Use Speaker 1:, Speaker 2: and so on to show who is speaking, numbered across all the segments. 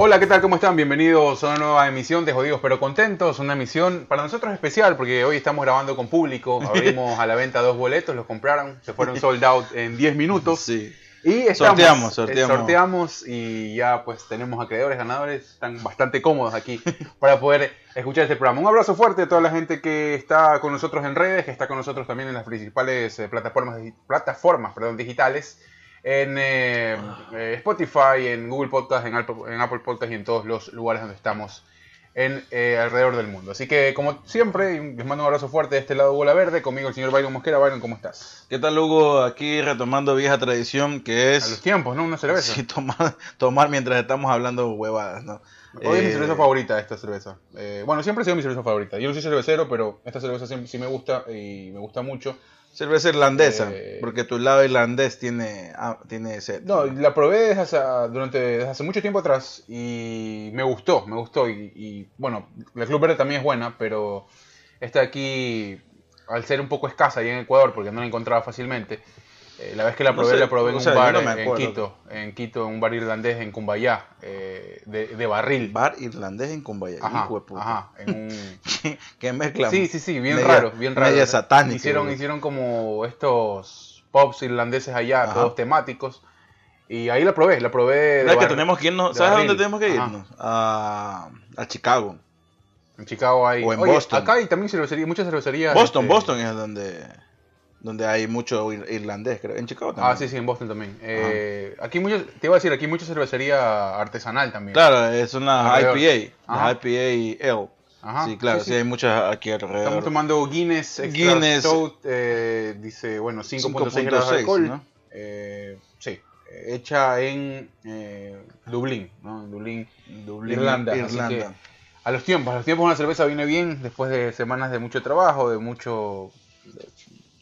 Speaker 1: Hola, ¿qué tal? ¿Cómo están? Bienvenidos a una nueva emisión de Jodidos pero Contentos. Una emisión para nosotros especial porque hoy estamos grabando con público. Abrimos a la venta dos boletos, los compraron, se fueron sold out en 10 minutos.
Speaker 2: Sí.
Speaker 1: Y estamos,
Speaker 2: Sorteamos,
Speaker 1: eh,
Speaker 2: sorteamos.
Speaker 1: sorteamos y ya pues tenemos acreedores, ganadores, están bastante cómodos aquí para poder escuchar este programa. Un abrazo fuerte a toda la gente que está con nosotros en redes, que está con nosotros también en las principales eh, plataformas, plataformas perdón, digitales, en eh, eh, Spotify, en Google Podcast, en Apple, en Apple Podcast y en todos los lugares donde estamos en eh, alrededor del mundo. Así que como siempre, les mando un abrazo fuerte de este lado Bola Verde, conmigo el señor Byron Mosquera. Byron, ¿cómo estás?
Speaker 2: ¿Qué tal, Hugo? Aquí retomando vieja tradición que
Speaker 1: A los
Speaker 2: es
Speaker 1: tiempos, ¿no? Una cerveza.
Speaker 2: sí, tomar, tomar mientras estamos hablando huevadas, ¿no?
Speaker 1: Hoy es mi
Speaker 2: Eh,
Speaker 1: cerveza favorita, esta cerveza. Eh, bueno, siempre ha sido mi cerveza favorita. Yo no soy cervecero, pero esta cerveza sí, sí me gusta y me gusta mucho.
Speaker 2: Cerveza irlandesa,
Speaker 1: Eh,
Speaker 2: porque tu lado irlandés tiene, ah, tiene ese...
Speaker 1: No, la probé desde hace, durante, desde hace mucho tiempo atrás y me gustó, me gustó. Y, y, bueno, la Club Verde también es buena, pero esta de aquí, al ser un poco escasa ahí en Ecuador, porque no la encontraba fácilmente, eh, la vez que la
Speaker 2: No
Speaker 1: probé,
Speaker 2: sé,
Speaker 1: la probé en
Speaker 2: o
Speaker 1: un
Speaker 2: sea, yo
Speaker 1: bar
Speaker 2: no me
Speaker 1: en
Speaker 2: acuerdo.
Speaker 1: Quito, en Quito, en un bar irlandés en Cumbayá, eh, de, de barril.
Speaker 2: Bar irlandés en Cumbaya,
Speaker 1: Ajá,
Speaker 2: hijo de puta.
Speaker 1: ajá, en un...
Speaker 2: ¿Qué mezcla?
Speaker 1: Sí, sí, sí, bien
Speaker 2: Media-
Speaker 1: raro, bien raro.
Speaker 2: media satánica,
Speaker 1: Hicieron,
Speaker 2: güey.
Speaker 1: hicieron como estos pops irlandeses allá,
Speaker 2: Ajá.
Speaker 1: todos temáticos. Y ahí la probé, la probé. de
Speaker 2: ¿Sabes que
Speaker 1: bar-
Speaker 2: tenemos que irnos?
Speaker 1: de
Speaker 2: ¿Sabes a
Speaker 1: barril.
Speaker 2: dónde tenemos que
Speaker 1: Ajá.
Speaker 2: irnos? A, a Chicago.
Speaker 1: En Chicago hay.
Speaker 2: O en
Speaker 1: Oye,
Speaker 2: Boston.
Speaker 1: Acá hay también cervecería, muchas cervecerías.
Speaker 2: Boston,
Speaker 1: este-
Speaker 2: Boston es donde, donde hay mucho ir- irlandés, creo. En Chicago también.
Speaker 1: Ah, sí, sí, en Boston también. Eh, aquí muchas, te iba a decir, aquí hay mucha cervecería artesanal también.
Speaker 2: Claro, es una
Speaker 1: Alrededor.
Speaker 2: IPA,
Speaker 1: Ajá.
Speaker 2: la IPA L.
Speaker 1: Ajá,
Speaker 2: Sí, claro, sí, hay muchas aquí alrededor.
Speaker 1: Estamos tomando Guinness, extra
Speaker 2: Guinness.
Speaker 1: Stout, eh, dice, bueno, 5.6 grados de
Speaker 2: 5.6,
Speaker 1: alcohol.
Speaker 2: ¿no?
Speaker 1: Eh, sí, eh, hecha en eh, Dublín, ¿no? En Dublín.
Speaker 2: Dublín,
Speaker 1: Irlanda,
Speaker 2: Irlanda.
Speaker 1: así A los tiempos, a los tiempos una cerveza viene bien después de semanas de mucho trabajo, de mucho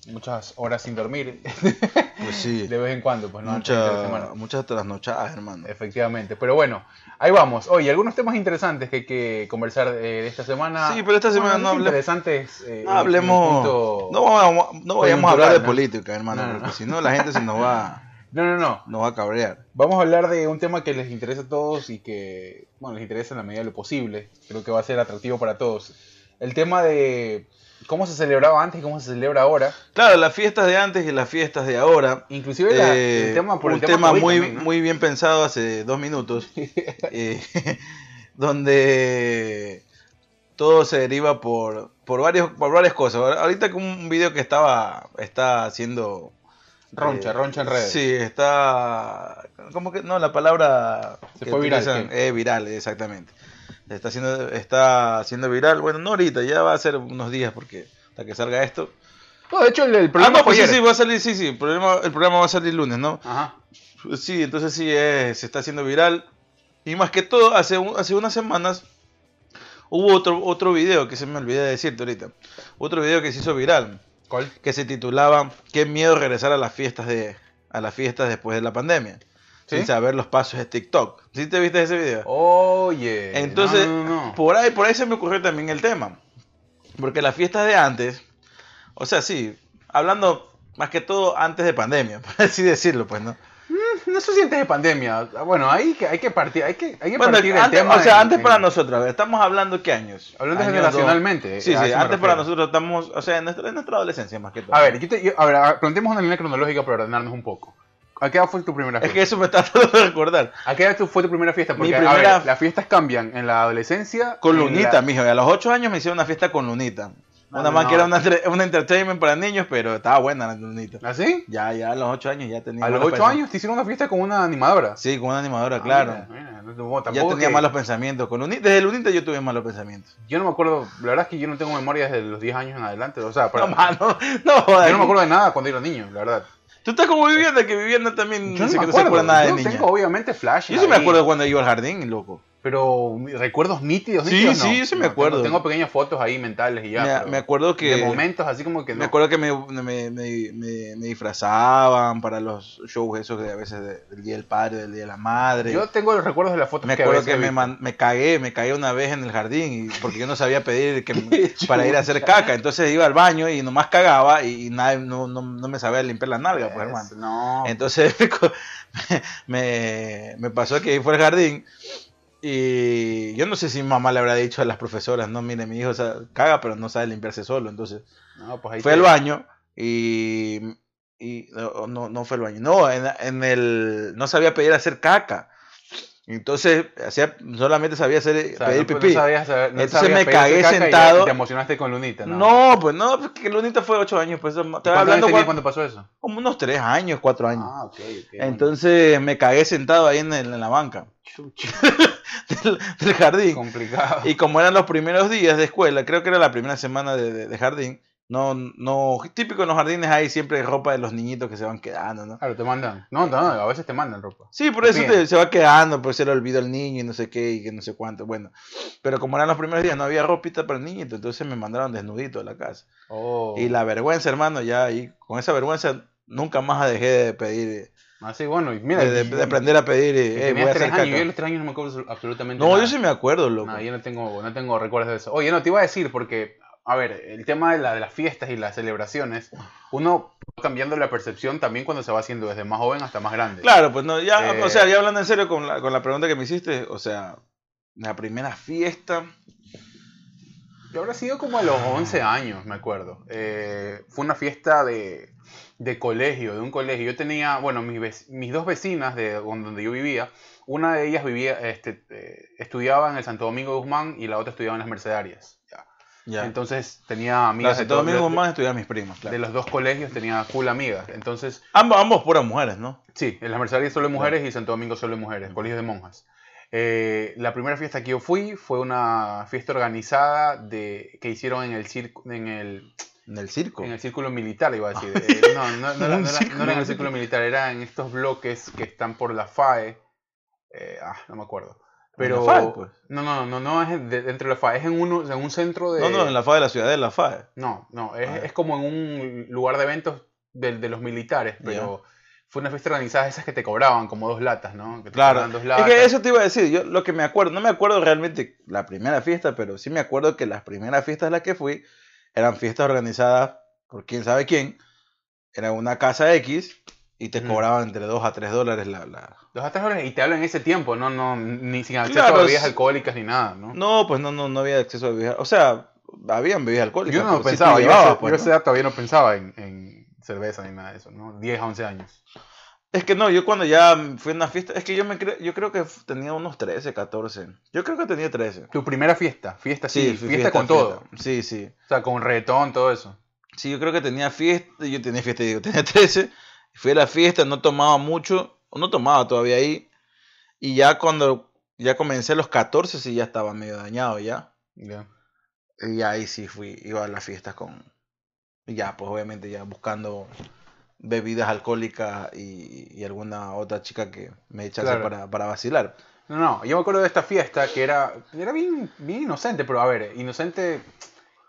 Speaker 1: de muchas horas sin dormir,
Speaker 2: Pues sí,
Speaker 1: de vez en cuando, pues no Antes de la
Speaker 2: muchas
Speaker 1: semana.
Speaker 2: muchas trasnochadas, hermano.
Speaker 1: Efectivamente, pero bueno, ahí vamos. Oye, algunos temas interesantes que hay que conversar eh, de esta semana.
Speaker 2: Sí, pero esta
Speaker 1: Bueno,
Speaker 2: semana no hable-
Speaker 1: interesantes. eh,
Speaker 2: No
Speaker 1: en- en
Speaker 2: hablemos,
Speaker 1: punto-
Speaker 2: no, vamos- no vayamos a hablar
Speaker 1: coyuntural,
Speaker 2: de
Speaker 1: ¿no?
Speaker 2: política, hermano,
Speaker 1: No, no,
Speaker 2: porque
Speaker 1: no.
Speaker 2: si no la gente se nos va,
Speaker 1: no, no, no.
Speaker 2: nos va a cabrear.
Speaker 1: Vamos a hablar de un tema que les interesa a todos y que, bueno, les interesa en la medida de lo posible. Creo que va a ser atractivo para todos. El tema de cómo se celebraba antes y cómo se celebra ahora.
Speaker 2: Claro, las fiestas de antes y las fiestas de ahora.
Speaker 1: Inclusive la-
Speaker 2: eh,
Speaker 1: el tema por
Speaker 2: un
Speaker 1: el tema, COVID
Speaker 2: muy,
Speaker 1: también, ¿no?
Speaker 2: muy bien pensado hace dos minutos, eh, donde todo se deriva por, por, varios, por varias cosas. Ahora- Ahorita con un video que estaba está haciendo...
Speaker 1: Roncha,
Speaker 2: eh,
Speaker 1: roncha en redes.
Speaker 2: Sí, está... ¿Cómo que? No, la palabra...
Speaker 1: Se
Speaker 2: que
Speaker 1: fue viral,
Speaker 2: utilizan, eh, viral, exactamente. Está haciendo, está haciendo viral. Bueno, no ahorita, ya va a ser unos días porque hasta que salga esto.
Speaker 1: No, de hecho, el, el
Speaker 2: Ah,
Speaker 1: problema
Speaker 2: no,
Speaker 1: fue
Speaker 2: pues sí, sí,
Speaker 1: ayer.
Speaker 2: va a salir, sí, sí. El programa, el programa va a salir lunes, ¿no?
Speaker 1: Ajá.
Speaker 2: Sí, entonces sí, eh, se está haciendo viral. Y más que todo, hace, un- hace unas semanas hubo otro, otro video que se me olvidé de decirte ahorita. Otro video que se hizo viral,
Speaker 1: ¿Cuál?
Speaker 2: que se titulaba Qué miedo regresar a las fiestas de a las fiestas después de la pandemia.
Speaker 1: ¿Sí?
Speaker 2: Sin saber los pasos de TikTok. ¿Sí te viste ese video?
Speaker 1: Oye.
Speaker 2: Entonces,
Speaker 1: no, no, no.
Speaker 2: Por, ahí, por ahí se me ocurrió también el tema. Porque las fiestas de antes, o sea, sí, hablando más que todo antes de pandemia, por así decirlo, pues, ¿no?
Speaker 1: Eh, No sé si antes de pandemia. Bueno, ahí que hay que partir, hay que, hay que
Speaker 2: Bueno,
Speaker 1: partir el
Speaker 2: antes-
Speaker 1: tema.
Speaker 2: o sea,
Speaker 1: en-
Speaker 2: antes
Speaker 1: en-
Speaker 2: para nosotros, a ver, estamos hablando qué años.
Speaker 1: Hablando
Speaker 2: Años
Speaker 1: generacionalmente,
Speaker 2: dos. Sí,
Speaker 1: a
Speaker 2: sí,
Speaker 1: eso me
Speaker 2: antes para
Speaker 1: refiero.
Speaker 2: nosotros estamos, o sea, en nuestra, en nuestra adolescencia más que todo.
Speaker 1: A ver, yo te- yo- a ver, a- planteemos una línea cronológica para ordenarnos un poco. ¿A qué edad fue tu primera fiesta?
Speaker 2: es que eso me está tratando de recordar.
Speaker 1: ¿A qué edad tu- fue tu primera fiesta?
Speaker 2: Mi
Speaker 1: Porque a
Speaker 2: primera-
Speaker 1: ver, las fiestas cambian en la adolescencia.
Speaker 2: Con
Speaker 1: en
Speaker 2: Lunita,
Speaker 1: la-
Speaker 2: mijo, y a los 8 años me hicieron una fiesta con Lunita.
Speaker 1: No,
Speaker 2: Una
Speaker 1: no,
Speaker 2: más que
Speaker 1: no.
Speaker 2: era una, entre- una entertainment para niños, pero estaba buena la Lunita.
Speaker 1: ¿Así?
Speaker 2: Ya, ya a los 8 años ya tenía
Speaker 1: ¿Ah, A los
Speaker 2: malos
Speaker 1: 8
Speaker 2: pensam-
Speaker 1: años te hicieron una fiesta con una animadora.
Speaker 2: Sí, con una animadora,
Speaker 1: Ah,
Speaker 2: claro.
Speaker 1: mira, mira, no- no,
Speaker 2: ya
Speaker 1: tampoco
Speaker 2: tenía
Speaker 1: que-
Speaker 2: malos pensamientos. Con Lunita, desde Lunita yo tuve malos pensamientos.
Speaker 1: Yo no me acuerdo, la verdad es que yo no tengo memoria desde los 10 años en adelante. O sea, para-
Speaker 2: No, mano, no, jodas.
Speaker 1: yo no me acuerdo de nada cuando era niño, la verdad.
Speaker 2: Tú estás como vivienda, que vivienda también
Speaker 1: Yo no,
Speaker 2: dice
Speaker 1: me
Speaker 2: que no se
Speaker 1: acuerdo.
Speaker 2: acuerda nada de
Speaker 1: yo
Speaker 2: niña.
Speaker 1: tengo obviamente flash.
Speaker 2: Yo sí me acuerdo de cuando iba al jardín, loco.
Speaker 1: Pero recuerdos nítidos,
Speaker 2: Sí,
Speaker 1: nítidos,
Speaker 2: sí,
Speaker 1: no.
Speaker 2: yo sí me
Speaker 1: No, tengo-
Speaker 2: acuerdo.
Speaker 1: Tengo, pequeñas fotos ahí mentales y ya.
Speaker 2: me,
Speaker 1: pero
Speaker 2: me acuerdo que.
Speaker 1: De momentos así como que no.
Speaker 2: Me acuerdo que me, me- me- me- me disfrazaban para los shows esos de a veces de- del Día del Padre, del Día de la Madre.
Speaker 1: Yo tengo los recuerdos de las fotos
Speaker 2: me
Speaker 1: Pues que a
Speaker 2: acuerdo
Speaker 1: veces
Speaker 2: que
Speaker 1: he
Speaker 2: me,
Speaker 1: visto.
Speaker 2: man- me cagué, me cagué una vez en el jardín y- porque yo no sabía pedir que me- para ir a hacer caca. Entonces iba al baño y nomás cagaba y, nadie, no, no- no me sabía limpiar la nalga, pues hermano.
Speaker 1: Es- No.
Speaker 2: Entonces me, me- me pasó que ahí fue al jardín Y yo no sé si mamá le habrá dicho a las profesoras, no, mire, mi hijo sa- caga, pero no sabe limpiarse solo. Entonces,
Speaker 1: No, pues ahí
Speaker 2: fue
Speaker 1: te-
Speaker 2: al baño y... y- no, no, no fue al baño. No, en, en el... No sabía pedir hacer caca. Entonces, hacía, solamente sabía hacer,
Speaker 1: O sea,
Speaker 2: pedir
Speaker 1: no- pues, no
Speaker 2: pipí.
Speaker 1: sabías saber- no
Speaker 2: Entonces
Speaker 1: sabías
Speaker 2: me
Speaker 1: pedir
Speaker 2: cagué
Speaker 1: caca y ya
Speaker 2: sentado.
Speaker 1: Te emocionaste con Lunita, ¿no?
Speaker 2: No, pues no, porque Lunita fue 8 años, pues te
Speaker 1: ¿Cuántos
Speaker 2: estaba
Speaker 1: años
Speaker 2: hablando
Speaker 1: tenías
Speaker 2: cua-
Speaker 1: cuando pasó eso?
Speaker 2: como unos 3 años, 4 años.
Speaker 1: Ah, ok, ok. bueno.
Speaker 2: Entonces me cagué sentado ahí en, el- en la banca
Speaker 1: Chucha,
Speaker 2: del, del jardín.
Speaker 1: complicado.
Speaker 2: Y como eran los primeros días de escuela, creo que era la primera semana de, de- de jardín, no, no, típico en los jardines hay siempre ropa de los niñitos que se van quedando, ¿no?
Speaker 1: Claro, te mandan. No, no, a veces te mandan ropa.
Speaker 2: Sí, por eso
Speaker 1: Bien.
Speaker 2: te- se va quedando, por se le olvidó al niño y no sé qué y que no sé cuánto. Bueno, pero como eran los primeros días, no había ropita para el niñito, entonces me mandaron desnudito a la casa.
Speaker 1: Oh.
Speaker 2: Y la vergüenza, hermano, ya ahí, con esa vergüenza nunca más dejé de pedir, eh,
Speaker 1: Así, bueno, y mira.
Speaker 2: de, de-
Speaker 1: y-
Speaker 2: de aprender a pedir.
Speaker 1: y
Speaker 2: eh, "Ey, voy
Speaker 1: tenías
Speaker 2: a
Speaker 1: tres
Speaker 2: hacer
Speaker 1: años. Yo
Speaker 2: caca".
Speaker 1: a los tres años no me acuerdo absol- absolutamente
Speaker 2: No,
Speaker 1: nada.
Speaker 2: yo sí me acuerdo, loco.
Speaker 1: No, yo no tengo, no tengo recuerdos de eso. Oye, no, te iba a decir, porque, a ver, el tema de, la- de las fiestas y las celebraciones, uno va cambiando la percepción también cuando se va haciendo desde más joven hasta más grande.
Speaker 2: Claro, pues no, ya,
Speaker 1: Eh,
Speaker 2: o sea, ya hablando en serio con la, con la pregunta que me hiciste, o sea, la primera fiesta,
Speaker 1: Yo habrá sido como a los 11 años, me acuerdo. Eh, fue una fiesta de, de colegio, de un colegio. Yo tenía, bueno, mis, vec- mis dos vecinas de con donde yo vivía, una de ellas vivía, este, eh, estudiaba en el Santo Domingo Guzmán y la otra estudiaba en las Mercedarias. ya.
Speaker 2: ya.
Speaker 1: Entonces tenía
Speaker 2: la
Speaker 1: amigas de,
Speaker 2: todos
Speaker 1: todo-
Speaker 2: mismos
Speaker 1: de-
Speaker 2: más estudiar mis primas, claro.
Speaker 1: de los dos colegios, tenía full amigas. Entonces
Speaker 2: Ambos, ambos puras mujeres, ¿no?
Speaker 1: Sí, en las Mercedarias solo de mujeres y Santo Domingo solo de mujeres, colegios de monjas. Eh, la primera fiesta que yo fui fue una fiesta organizada de, que hicieron en el, circo, en, el,
Speaker 2: En el circo.
Speaker 1: en el círculo militar, iba a decir.
Speaker 2: Ah.
Speaker 1: Eh, no, no, no era, no era- no era en el círculo militar, era en estos bloques que están por la FAE. Eh, ah, no me acuerdo. Pero,
Speaker 2: En la FAE, pues.
Speaker 1: No, no, no, no es de- dentro de la FAE, es en, uno, en un centro de...
Speaker 2: No, no, en la FAE de la ciudad de la FAE.
Speaker 1: No, no, es,
Speaker 2: Ah.
Speaker 1: es como en un lugar de eventos del- de los militares, pero fue una fiesta organizada de esas que te cobraban como dos latas, ¿no? Que te
Speaker 2: Claro.
Speaker 1: cobraban dos
Speaker 2: Es
Speaker 1: latas.
Speaker 2: que eso te iba a decir, yo lo que me acuerdo, no me acuerdo realmente la primera fiesta, pero sí me acuerdo que las primeras fiestas a las que fui eran fiestas organizadas por quién sabe quién, era una casa X y te
Speaker 1: Ujú.
Speaker 2: cobraban entre 2 a 3 dólares la, la,
Speaker 1: Dos a tres horas y te hablan en ese tiempo, no, no, ni sin acceso
Speaker 2: Claro,
Speaker 1: a bebidas
Speaker 2: sí.
Speaker 1: alcohólicas ni nada, ¿no?
Speaker 2: No, pues no, no, no había acceso a bebidas. O sea, habían bebidas alcohólicas.
Speaker 1: yo no
Speaker 2: pero sí
Speaker 1: pensaba,
Speaker 2: te
Speaker 1: yo,
Speaker 2: llevabas,
Speaker 1: a esa-
Speaker 2: pues,
Speaker 1: yo a
Speaker 2: ¿no?
Speaker 1: esa edad todavía no pensaba en, en cerveza ni nada de eso, ¿no? 10 a 11 años.
Speaker 2: Es que no, yo cuando ya fui a una fiesta, es que yo me creo, yo creo que f- tenía unos 13, 14. Yo creo que tenía 13.
Speaker 1: Tu primera fiesta, fiesta sí,
Speaker 2: fui-
Speaker 1: fiesta, con todo,
Speaker 2: fiesta. Sí, sí.
Speaker 1: o sea, con reggaetón, todo eso.
Speaker 2: Sí, yo creo que tenía fiesta, yo tenía fiesta, digo, tenía 13. Fui a la fiesta, no tomaba mucho, no tomaba todavía ahí. Y ya cuando ya comencé a los 14, sí, ya estaba medio dañado ya.
Speaker 1: Ya.
Speaker 2: Y ahí sí fui, iba a las fiestas con. y Ya, pues obviamente ya buscando bebidas alcohólicas y, y alguna otra chica que me echase
Speaker 1: Claro.
Speaker 2: para, para vacilar.
Speaker 1: No, no, yo me acuerdo de esta fiesta que era, era bien, bien inocente, pero a ver, inocente,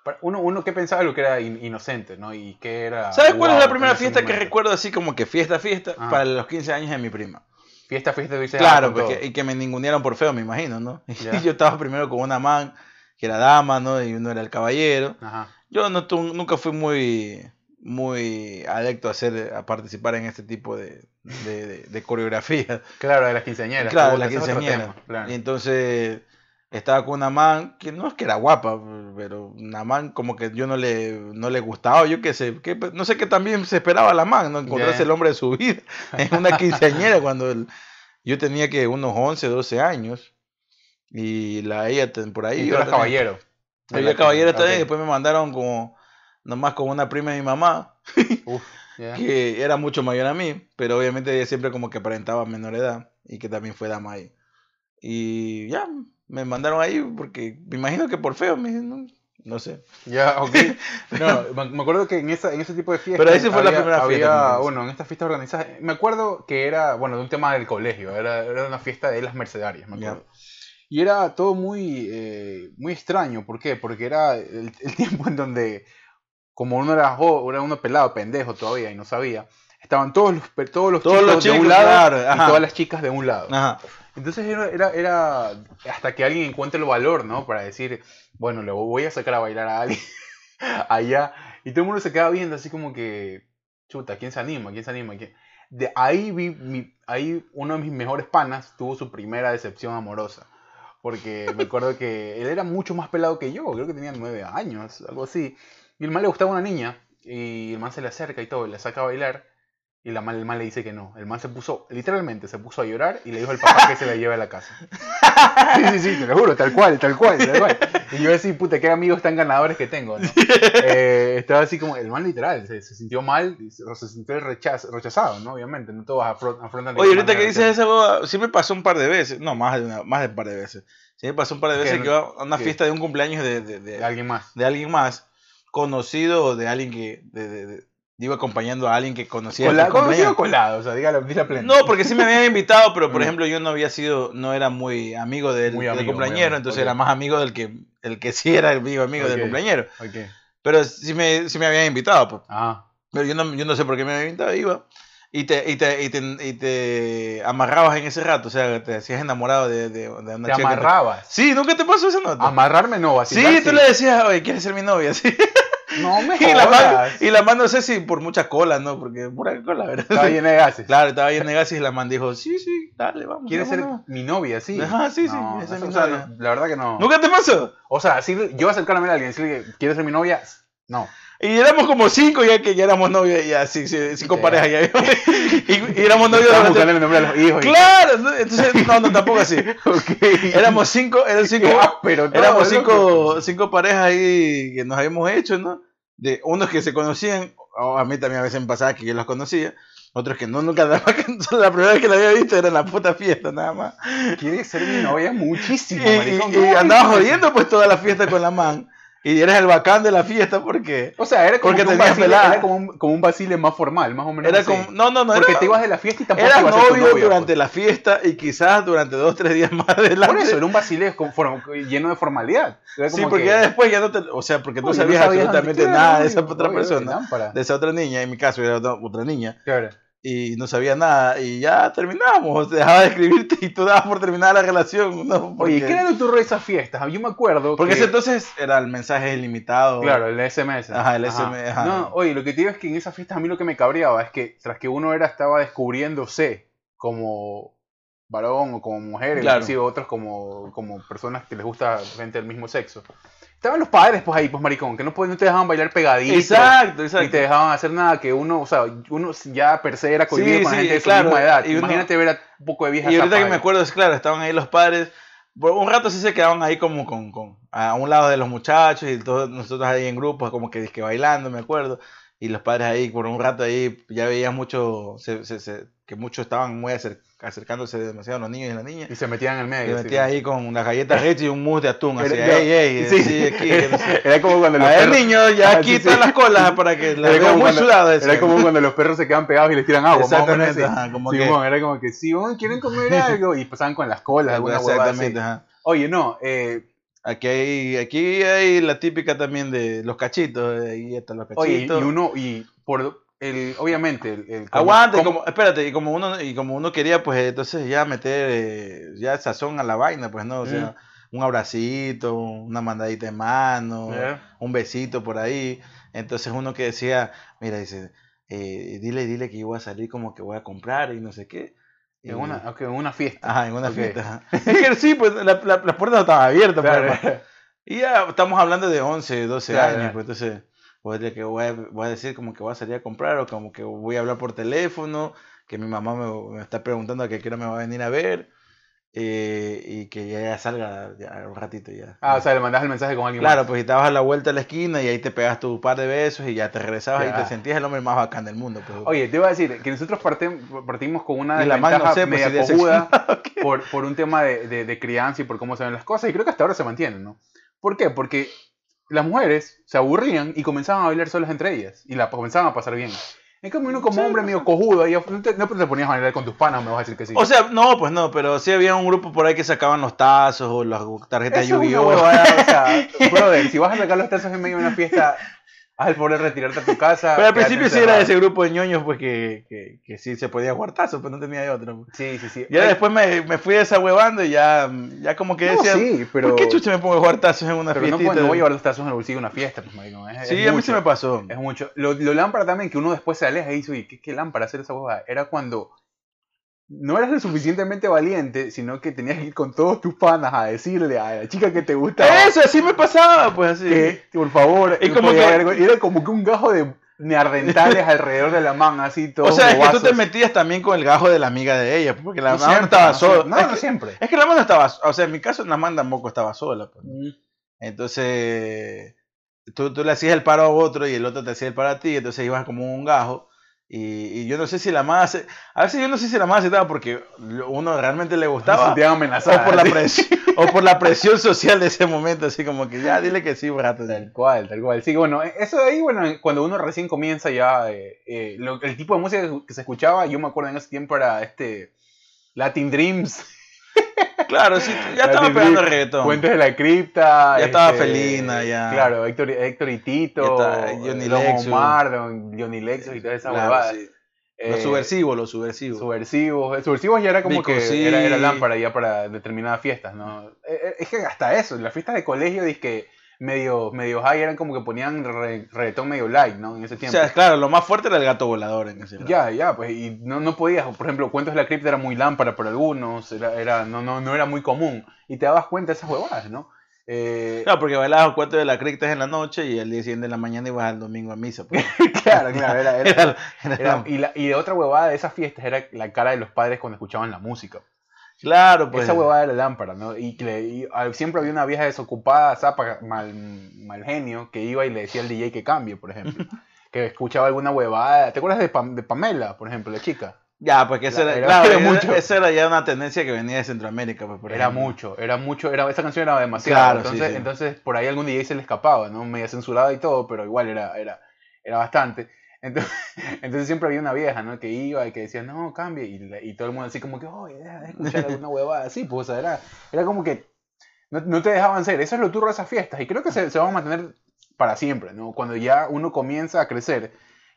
Speaker 1: para- uno, uno que pensaba lo que era in- inocente, ¿no? Y que era...
Speaker 2: ¿Sabes cuál es
Speaker 1: Ah, wow
Speaker 2: la
Speaker 1: en
Speaker 2: primera
Speaker 1: ese
Speaker 2: fiesta que
Speaker 1: momento?
Speaker 2: recuerdo así como que fiesta, fiesta?
Speaker 1: Ah.
Speaker 2: Para los 15 años de mi prima.
Speaker 1: Fiesta, fiesta, tú dices, ah,
Speaker 2: Claro,
Speaker 1: con
Speaker 2: pues,
Speaker 1: todo.
Speaker 2: que- y que me ningunearon por feo, me imagino, ¿no? Y
Speaker 1: Ya.
Speaker 2: yo estaba primero con una man que era dama, ¿no? Y uno era el caballero.
Speaker 1: Ajá.
Speaker 2: Yo no tu- nunca fui muy, muy adecto a, hacer, a participar en este tipo de, de, de- de coreografías.
Speaker 1: Claro, de las quinceañeras.
Speaker 2: Claro,
Speaker 1: puta,
Speaker 2: la
Speaker 1: ese es otro
Speaker 2: quinceañera.
Speaker 1: tema, claro.
Speaker 2: Y entonces estaba con una man que no es que era guapa, pero una man como que yo no le, no le gustaba, yo qué sé, qué pe- no sé qué también se esperaba la man, no encontrarse
Speaker 1: Ya.
Speaker 2: el hombre de su vida en una quinceañera cuando el- yo tenía que unos 11, 12 años y la ella ten- por ahí.
Speaker 1: Y tú
Speaker 2: iba a
Speaker 1: eras
Speaker 2: tener-
Speaker 1: caballero.
Speaker 2: Yo era caballero también,
Speaker 1: Ok.
Speaker 2: después me mandaron como nomás con una prima de mi mamá
Speaker 1: Uf, ya.
Speaker 2: que era mucho mayor a mí, pero obviamente ella siempre como que aparentaba menor edad y que también fue dama ahí. Y ya, me mandaron ahí porque me imagino que por feo, me, no, no sé.
Speaker 1: Ya, ok. No, me- me acuerdo que en, esa, en ese tipo de fiestas.
Speaker 2: Pero ahí sí fue la
Speaker 1: había-
Speaker 2: primera fiesta,
Speaker 1: había,
Speaker 2: entonces.
Speaker 1: bueno, en esta fiesta organizada. Me acuerdo que era, bueno, de un tema del colegio. Era, era una fiesta de las mercedarias, me
Speaker 2: Ya.
Speaker 1: acuerdo. Y era todo muy, eh, muy extraño. ¿Por qué? Porque era el, el tiempo en donde, como uno era, jo- era uno pelado, pendejo todavía y no sabía, estaban todos los, pe- todos los
Speaker 2: Todos
Speaker 1: chicos
Speaker 2: los
Speaker 1: de
Speaker 2: chicos,
Speaker 1: un lado
Speaker 2: claro,
Speaker 1: y
Speaker 2: ajá.
Speaker 1: todas las chicas de un lado.
Speaker 2: Ajá.
Speaker 1: Entonces era, era, era hasta que alguien encuentre el valor, ¿no? Para decir, bueno, le voy a sacar a bailar a alguien allá. Y todo el mundo se queda viendo así como que, chuta, ¿quién se anima? ¿Quién se anima? ¿Quién? De ahí vi, mi- ahí uno de mis mejores panas tuvo su primera decepción amorosa. Porque me acuerdo que él era mucho más pelado que yo, creo que tenía nueve años, algo así. Y el mal le gustaba una niña, y el man se le acerca y todo, y la saca a bailar. Y la man, el man le dice que no. El man se puso, literalmente, se puso a llorar y le dijo al papá que se la lleve a la casa. Sí, sí, sí, te lo juro, tal cual, tal cual, tal cual. Y yo así, puta, qué amigos tan ganadores que tengo, ¿no? Eh, estaba así como, el man literal, se, se sintió mal, y se, se sintió rechaz- rechazado, ¿no? Obviamente, no todos afro- afrontan de
Speaker 2: Oye,
Speaker 1: esa
Speaker 2: ahorita que
Speaker 1: manera,
Speaker 2: dices esa boda, sí me pasó un par de veces. No, más de, una- más de un par de veces. Sí me pasó un par de
Speaker 1: Es que
Speaker 2: veces
Speaker 1: no-
Speaker 2: que iba a una
Speaker 1: que-
Speaker 2: fiesta de un cumpleaños de, de- de-
Speaker 1: de alguien más.
Speaker 2: de alguien más, conocido o de alguien que. De, de- de- iba acompañando a alguien que conocía.
Speaker 1: Cola-
Speaker 2: en su
Speaker 1: conocido
Speaker 2: cumpleaños.
Speaker 1: colado, o sea, dígalo, dígala plena.
Speaker 2: No, porque sí me habían invitado, pero por
Speaker 1: Mm.
Speaker 2: ejemplo yo no había sido, no era muy amigo del,
Speaker 1: Muy
Speaker 2: del
Speaker 1: amigo, muy
Speaker 2: cumpleañero,
Speaker 1: amigo,
Speaker 2: entonces
Speaker 1: ok.
Speaker 2: era más amigo del que, el que sí era el amigo amigo
Speaker 1: Ok.
Speaker 2: del cumpleañero.
Speaker 1: Ok.
Speaker 2: Pero sí me, sí me habían invitado, pues.
Speaker 1: Ah,
Speaker 2: Pero yo no, yo no sé por qué me habían invitado, iba. Y te, y te, y te, y te amarrabas en ese rato, o sea, te hacías enamorado de, de, de una
Speaker 1: te
Speaker 2: chica. que te-
Speaker 1: amarrabas.
Speaker 2: Sí, nunca te pasó esa nota.
Speaker 1: Amarrarme no, así.
Speaker 2: sí, tú le decías, oye, ¿quieres ser mi novia? Sí.
Speaker 1: No me
Speaker 2: Y la, man,
Speaker 1: jodas.
Speaker 2: y la man, no sé si por mucha cola, ¿no? Porque pura cola, ¿verdad?
Speaker 1: Estaba llena de eh, gases.
Speaker 2: Claro, estaba bien negas y la man dijo, sí, sí, dale, vamos.
Speaker 1: Quieres ser
Speaker 2: vámonos".
Speaker 1: mi novia, sí.
Speaker 2: Ajá, Ah, sí, sí,
Speaker 1: No,
Speaker 2: quieres ser
Speaker 1: eso,
Speaker 2: mi
Speaker 1: o sea,
Speaker 2: novia.
Speaker 1: no, la verdad que no.
Speaker 2: ¿Nunca te pasó?
Speaker 1: O sea, si yo acercarme a alguien y decirle, ¿quieres ser mi novia? No.
Speaker 2: Y éramos como cinco ya que ya éramos novios, ya sí, sí, cinco
Speaker 1: Ya.
Speaker 2: parejas ya. y, y éramos novios
Speaker 1: Estaba
Speaker 2: durante-
Speaker 1: buscándole el nombre a los hijos. y-
Speaker 2: Claro, ¿no? entonces, no, no, tampoco así.
Speaker 1: Ok. Ah,
Speaker 2: Éramos cinco, eran cinco,
Speaker 1: Qué áspero todo,
Speaker 2: éramos
Speaker 1: loco.
Speaker 2: cinco, cinco parejas ahí que nos habíamos hecho, ¿no? De unos que se conocían, o a mí también a veces me pasaba que yo los conocía, otros que no, nunca, nada más que la primera vez que la había visto era en la puta fiesta, nada más.
Speaker 1: ¿Quieres ser mi novia? Muchísimo,
Speaker 2: Y-
Speaker 1: maricón.
Speaker 2: y, y
Speaker 1: No,
Speaker 2: andabas
Speaker 1: no,
Speaker 2: jodiendo pues toda la fiesta con la man. Y eras el bacán de la fiesta porque
Speaker 1: O sea, era como,
Speaker 2: Porque
Speaker 1: que un
Speaker 2: tenías
Speaker 1: vacile,
Speaker 2: pelada.
Speaker 1: era como, un, como un vacile más formal, más o menos.
Speaker 2: era
Speaker 1: así.
Speaker 2: como... No, no, no.
Speaker 1: Porque
Speaker 2: era,
Speaker 1: te ibas de la fiesta y tampoco
Speaker 2: eras
Speaker 1: ibas a ser tu
Speaker 2: novio
Speaker 1: novia,
Speaker 2: durante la fiesta y quizás durante dos, tres días más adelante.
Speaker 1: pues. Por eso, era un vacile con forma- lleno de formalidad. Era
Speaker 2: Sí,
Speaker 1: como
Speaker 2: porque
Speaker 1: que,
Speaker 2: ya después ya no te... O sea, porque
Speaker 1: "Oye,
Speaker 2: no sabías absolutamente
Speaker 1: dónde-
Speaker 2: nada
Speaker 1: claro,
Speaker 2: de esa
Speaker 1: oye,
Speaker 2: otra
Speaker 1: oye,
Speaker 2: persona.
Speaker 1: lámpara.
Speaker 2: De esa otra niña, en mi caso era otra, otra niña.
Speaker 1: Claro.
Speaker 2: Y no sabía nada. Y ya terminábamos. Dejaba de escribirte y tú dabas por terminada la relación. ¿no?
Speaker 1: Oye,
Speaker 2: Porque,
Speaker 1: ¿qué era tu rey esas fiestas? Ah, Yo me acuerdo
Speaker 2: porque
Speaker 1: que...
Speaker 2: ese entonces era el mensaje ilimitado.
Speaker 1: Claro, el SMS.
Speaker 2: Ajá, el SMS, ajá.
Speaker 1: No, oye, lo que te digo es que en esas fiestas a mí lo que me cabreaba es que tras que uno era estaba descubriéndose como varón o como mujer,
Speaker 2: Claro.
Speaker 1: inclusive otros como, como personas que les gusta gente del mismo sexo. Estaban los padres pues ahí, pues maricón, que no, pod- no te dejaban bailar pegaditos.
Speaker 2: Exacto, exacto.
Speaker 1: Y te dejaban hacer nada, que uno, o sea, uno ya per se era cohibido
Speaker 2: Sí,
Speaker 1: con la
Speaker 2: sí,
Speaker 1: gente de su
Speaker 2: claro,
Speaker 1: misma edad.
Speaker 2: y uno-
Speaker 1: Imagínate ver a un poco de vieja
Speaker 2: Y ahorita
Speaker 1: zapa
Speaker 2: que me
Speaker 1: ahí.
Speaker 2: acuerdo, es claro, estaban ahí los padres. Por un rato sí se quedaban ahí como con, con- a un lado de los muchachos y todos nosotros ahí en grupos, como que disque bailando, me acuerdo. Y los padres ahí, por un rato ahí, ya veías mucho, se- se- se- que muchos estaban muy acer- acercándose demasiado a los niños y las niñas.
Speaker 1: Y se metían en el
Speaker 2: Y
Speaker 1: medio. sí.
Speaker 2: metía ahí con una galleta Ritz y un mousse de atún, así,
Speaker 1: Era- ya-
Speaker 2: ey, ey,
Speaker 1: sí.
Speaker 2: sí, aquí, que no sé.
Speaker 1: Era como cuando los
Speaker 2: A ver,
Speaker 1: perros-
Speaker 2: niños, ya
Speaker 1: Ajá, sí,
Speaker 2: quitan
Speaker 1: sí.
Speaker 2: las colas para que
Speaker 1: Era
Speaker 2: las vean
Speaker 1: como,
Speaker 2: muy
Speaker 1: cuando,
Speaker 2: sudadas.
Speaker 1: era como cuando los perros se quedan pegados y les tiran agua. más o menos
Speaker 2: Exactamente,
Speaker 1: así.
Speaker 2: eh. ajá, como que-
Speaker 1: Simón, era como que, Simón, quieren comer algo. Y pasaban con las colas, alguna huevada así.
Speaker 2: Exactamente, ajá.
Speaker 1: Oye, no, eh,
Speaker 2: Aquí hay, aquí hay la típica también de los cachitos, eh, ahí están los
Speaker 1: oye, y
Speaker 2: cachitos.
Speaker 1: uno, y por el, obviamente, el, el- como-
Speaker 2: Aguante,
Speaker 1: como-
Speaker 2: como, espérate, y como uno, y como uno quería, pues entonces ya meter eh, ya sazón a la vaina, pues no, o sea, un abracito, una mandadita de mano,
Speaker 1: Ya.
Speaker 2: un besito por ahí. Entonces uno que decía, mira, dice, eh, dile, dile que yo voy a salir como que voy a comprar y no sé qué. Y-
Speaker 1: en, una, ok, en una fiesta.
Speaker 2: Ajá, en una
Speaker 1: Ok.
Speaker 2: fiesta. ajá. Es que ah, sí, pues la- la- las puertas no estaban abiertas, pues,
Speaker 1: Claro.
Speaker 2: hermano. Y ya estamos hablando de 11, 12
Speaker 1: Claro,
Speaker 2: años,
Speaker 1: claro.
Speaker 2: pues entonces voy a, que voy, a, voy a decir como que voy a salir a comprar o como que voy a hablar por teléfono, que mi mamá me, me está preguntando a qué hora me va a venir a ver eh, y que ya, ya salga ya, un ratito ya.
Speaker 1: Ah, o sea, le mandás el mensaje con alguien
Speaker 2: claro,
Speaker 1: más.
Speaker 2: pues y estabas a la vuelta a la esquina y ahí te pegas tu par de besos y ya te regresabas y
Speaker 1: Ya.
Speaker 2: te sentías el hombre más bacán del mundo. Pues.
Speaker 1: Oye, te iba a decir que nosotros partem- partimos con una
Speaker 2: Y la man, no
Speaker 1: desventaja
Speaker 2: sé, pues, si
Speaker 1: media
Speaker 2: de
Speaker 1: cojuda por, por un tema de, de- de crianza y por cómo se ven las cosas, y creo que hasta ahora se mantienen, ¿no? ¿Por qué? Porque las mujeres se aburrían y comenzaban a bailar solas entre ellas, y la comenzaban a pasar bien. En cambio, uno como
Speaker 2: Sí,
Speaker 1: hombre
Speaker 2: no
Speaker 1: medio cojudo, ahí, no, te, no te ponías a bailar con tus panas, me vas a decir que sí.
Speaker 2: O sea, no, pues no, pero sí había un grupo por ahí que sacaban los tazos o las tarjetas de
Speaker 1: Eso es una
Speaker 2: Yu-Gi-Oh!
Speaker 1: huevada, o sea, brother, si vas a sacar los tazos en medio de una fiesta, haz el poder retirarte a tu casa.
Speaker 2: Pero al
Speaker 1: quédate
Speaker 2: principio sí era
Speaker 1: encerrado.
Speaker 2: ese grupo de ñoños, pues que, que, que sí se podía guardazo, pero no tenía de otro. pues.
Speaker 1: Sí, sí, sí.
Speaker 2: Ya
Speaker 1: Ay,
Speaker 2: después me, me fui desahuevando y ya, ya como que
Speaker 1: no,
Speaker 2: decía,
Speaker 1: sí, pero...
Speaker 2: ¿por qué chucha me pongo guartazos en una
Speaker 1: Pero no,
Speaker 2: fiestita?
Speaker 1: puedo- no voy a llevar los tazos en el bolsillo a una fiesta, pues, marico, es-
Speaker 2: sí,
Speaker 1: es
Speaker 2: a mí
Speaker 1: mucho.
Speaker 2: se me pasó.
Speaker 1: Es mucho. Lo, lo lámpara también, que uno después se aleja y dice, oye, ¿qué, qué lámpara hacer esa huevada? Era cuando no eras lo suficientemente valiente, sino que tenías que ir con todos tus panas a decirle a la chica que te gustaba
Speaker 2: Eso, así me pasaba, pues así.
Speaker 1: que, por favor,
Speaker 2: Y
Speaker 1: no
Speaker 2: como
Speaker 1: podía
Speaker 2: que-
Speaker 1: haber algo- y era como que un gajo de neardentales alrededor de la man, así todo.
Speaker 2: O sea, es que tú
Speaker 1: bobazos.
Speaker 2: te metías también con el gajo de la amiga de ella, pues, porque la
Speaker 1: No
Speaker 2: mamá no
Speaker 1: siempre,
Speaker 2: estaba
Speaker 1: no
Speaker 2: sola.
Speaker 1: siempre. No,
Speaker 2: es,
Speaker 1: no
Speaker 2: que,
Speaker 1: siempre.
Speaker 2: es que la mamá no estaba sola. O sea, en mi caso, la mamá tampoco estaba sola. pues. Entonces, tú, tú le hacías el paro a otro y el otro te hacía el paro a ti, entonces ibas como un gajo. Y, y yo no sé si la mamá hace- A veces yo no sé si la mamá aceptaba porque lo- uno realmente le
Speaker 1: Se
Speaker 2: gustaba.
Speaker 1: sentían
Speaker 2: O
Speaker 1: amenazadas.
Speaker 2: por, la
Speaker 1: así.
Speaker 2: presión, o por la presión social de ese momento, así como que ya, dile que sí, brato.
Speaker 1: Tal cual, tal cual. Sí, bueno, eh, eso de ahí, bueno, cuando uno recién comienza ya, eh, eh, lo- el tipo de música que- que se escuchaba, yo me acuerdo en ese tiempo era este Latin Dreams,
Speaker 2: Claro, sí, ya estaba
Speaker 1: Latin
Speaker 2: pegando
Speaker 1: Dream,
Speaker 2: reggaetón.
Speaker 1: Fuentes de la Cripta. este,
Speaker 2: Ya estaba Felina, ya.
Speaker 1: Claro, Héctor, Héctor y Tito,
Speaker 2: Ya está, Johnny
Speaker 1: Don
Speaker 2: Lexus.
Speaker 1: Omar, Don- Johnny Lexus y toda esa
Speaker 2: Claro,
Speaker 1: huevada.
Speaker 2: sí.
Speaker 1: Eh,
Speaker 2: Los subversivos, los subversivos.
Speaker 1: Subversivos. eh, Subversivos ya era como
Speaker 2: Vico,
Speaker 1: que
Speaker 2: sí.
Speaker 1: era, era lámpara ya para determinadas fiestas, ¿no? Eh, eh, Es que hasta eso, las fiestas de colegio, que medio, medio high, eran como que ponían re- reggaetón medio light, ¿no? En ese
Speaker 2: o
Speaker 1: tiempo.
Speaker 2: sea, claro, lo más fuerte era el gato volador en ese rato.
Speaker 1: ya, ya, pues, y no, no podías, por ejemplo, Cuentos de la Cripta era muy lámpara para algunos, era, era, no, no, no era muy común, y te dabas cuenta de esas huevadas, ¿no? Eh,
Speaker 2: Claro, porque bailabas cuatro de la criptas en la noche y al día siguiente en la mañana ibas al domingo a misa. pues.
Speaker 1: claro, claro, era, era-
Speaker 2: Era- era-
Speaker 1: era- y, la, y de otra huevada de esas fiestas era la cara de los padres cuando escuchaban la música.
Speaker 2: claro, pues.
Speaker 1: Esa huevada de la lámpara, ¿no? Y, que le- y, ah, siempre había una vieja desocupada, zapa, mal, mal genio, que iba y le decía al DJ que cambie, por ejemplo. que escuchaba alguna huevada. ¿Te acuerdas de, Pam- de Pamela, por ejemplo, la chica?
Speaker 2: Ya, pues que esa
Speaker 1: La-
Speaker 2: era,
Speaker 1: era-
Speaker 2: claro,
Speaker 1: era
Speaker 2: esa-
Speaker 1: mucho.
Speaker 2: esa era ya una tendencia que venía de Centroamérica. Pues, por
Speaker 1: era
Speaker 2: ejemplo.
Speaker 1: mucho, era mucho, era, esa canción era demasiado.
Speaker 2: Claro, sí,
Speaker 1: entonces,
Speaker 2: sí.
Speaker 1: entonces por ahí algún DJ se le escapaba, ¿no? Media censurada y todo, pero igual era, era, era bastante. Entonces, entonces siempre había una vieja, ¿no? Que iba y que decía, no, cambie. Y, la- y todo el mundo así como que, oye, deja de escuchar alguna huevada así. Pues, o sea, era, era como que no, no te dejaban ser. Eso es lo turro de esas fiestas. Y creo que se, se van a mantener para siempre, ¿no? Cuando ya uno comienza a crecer.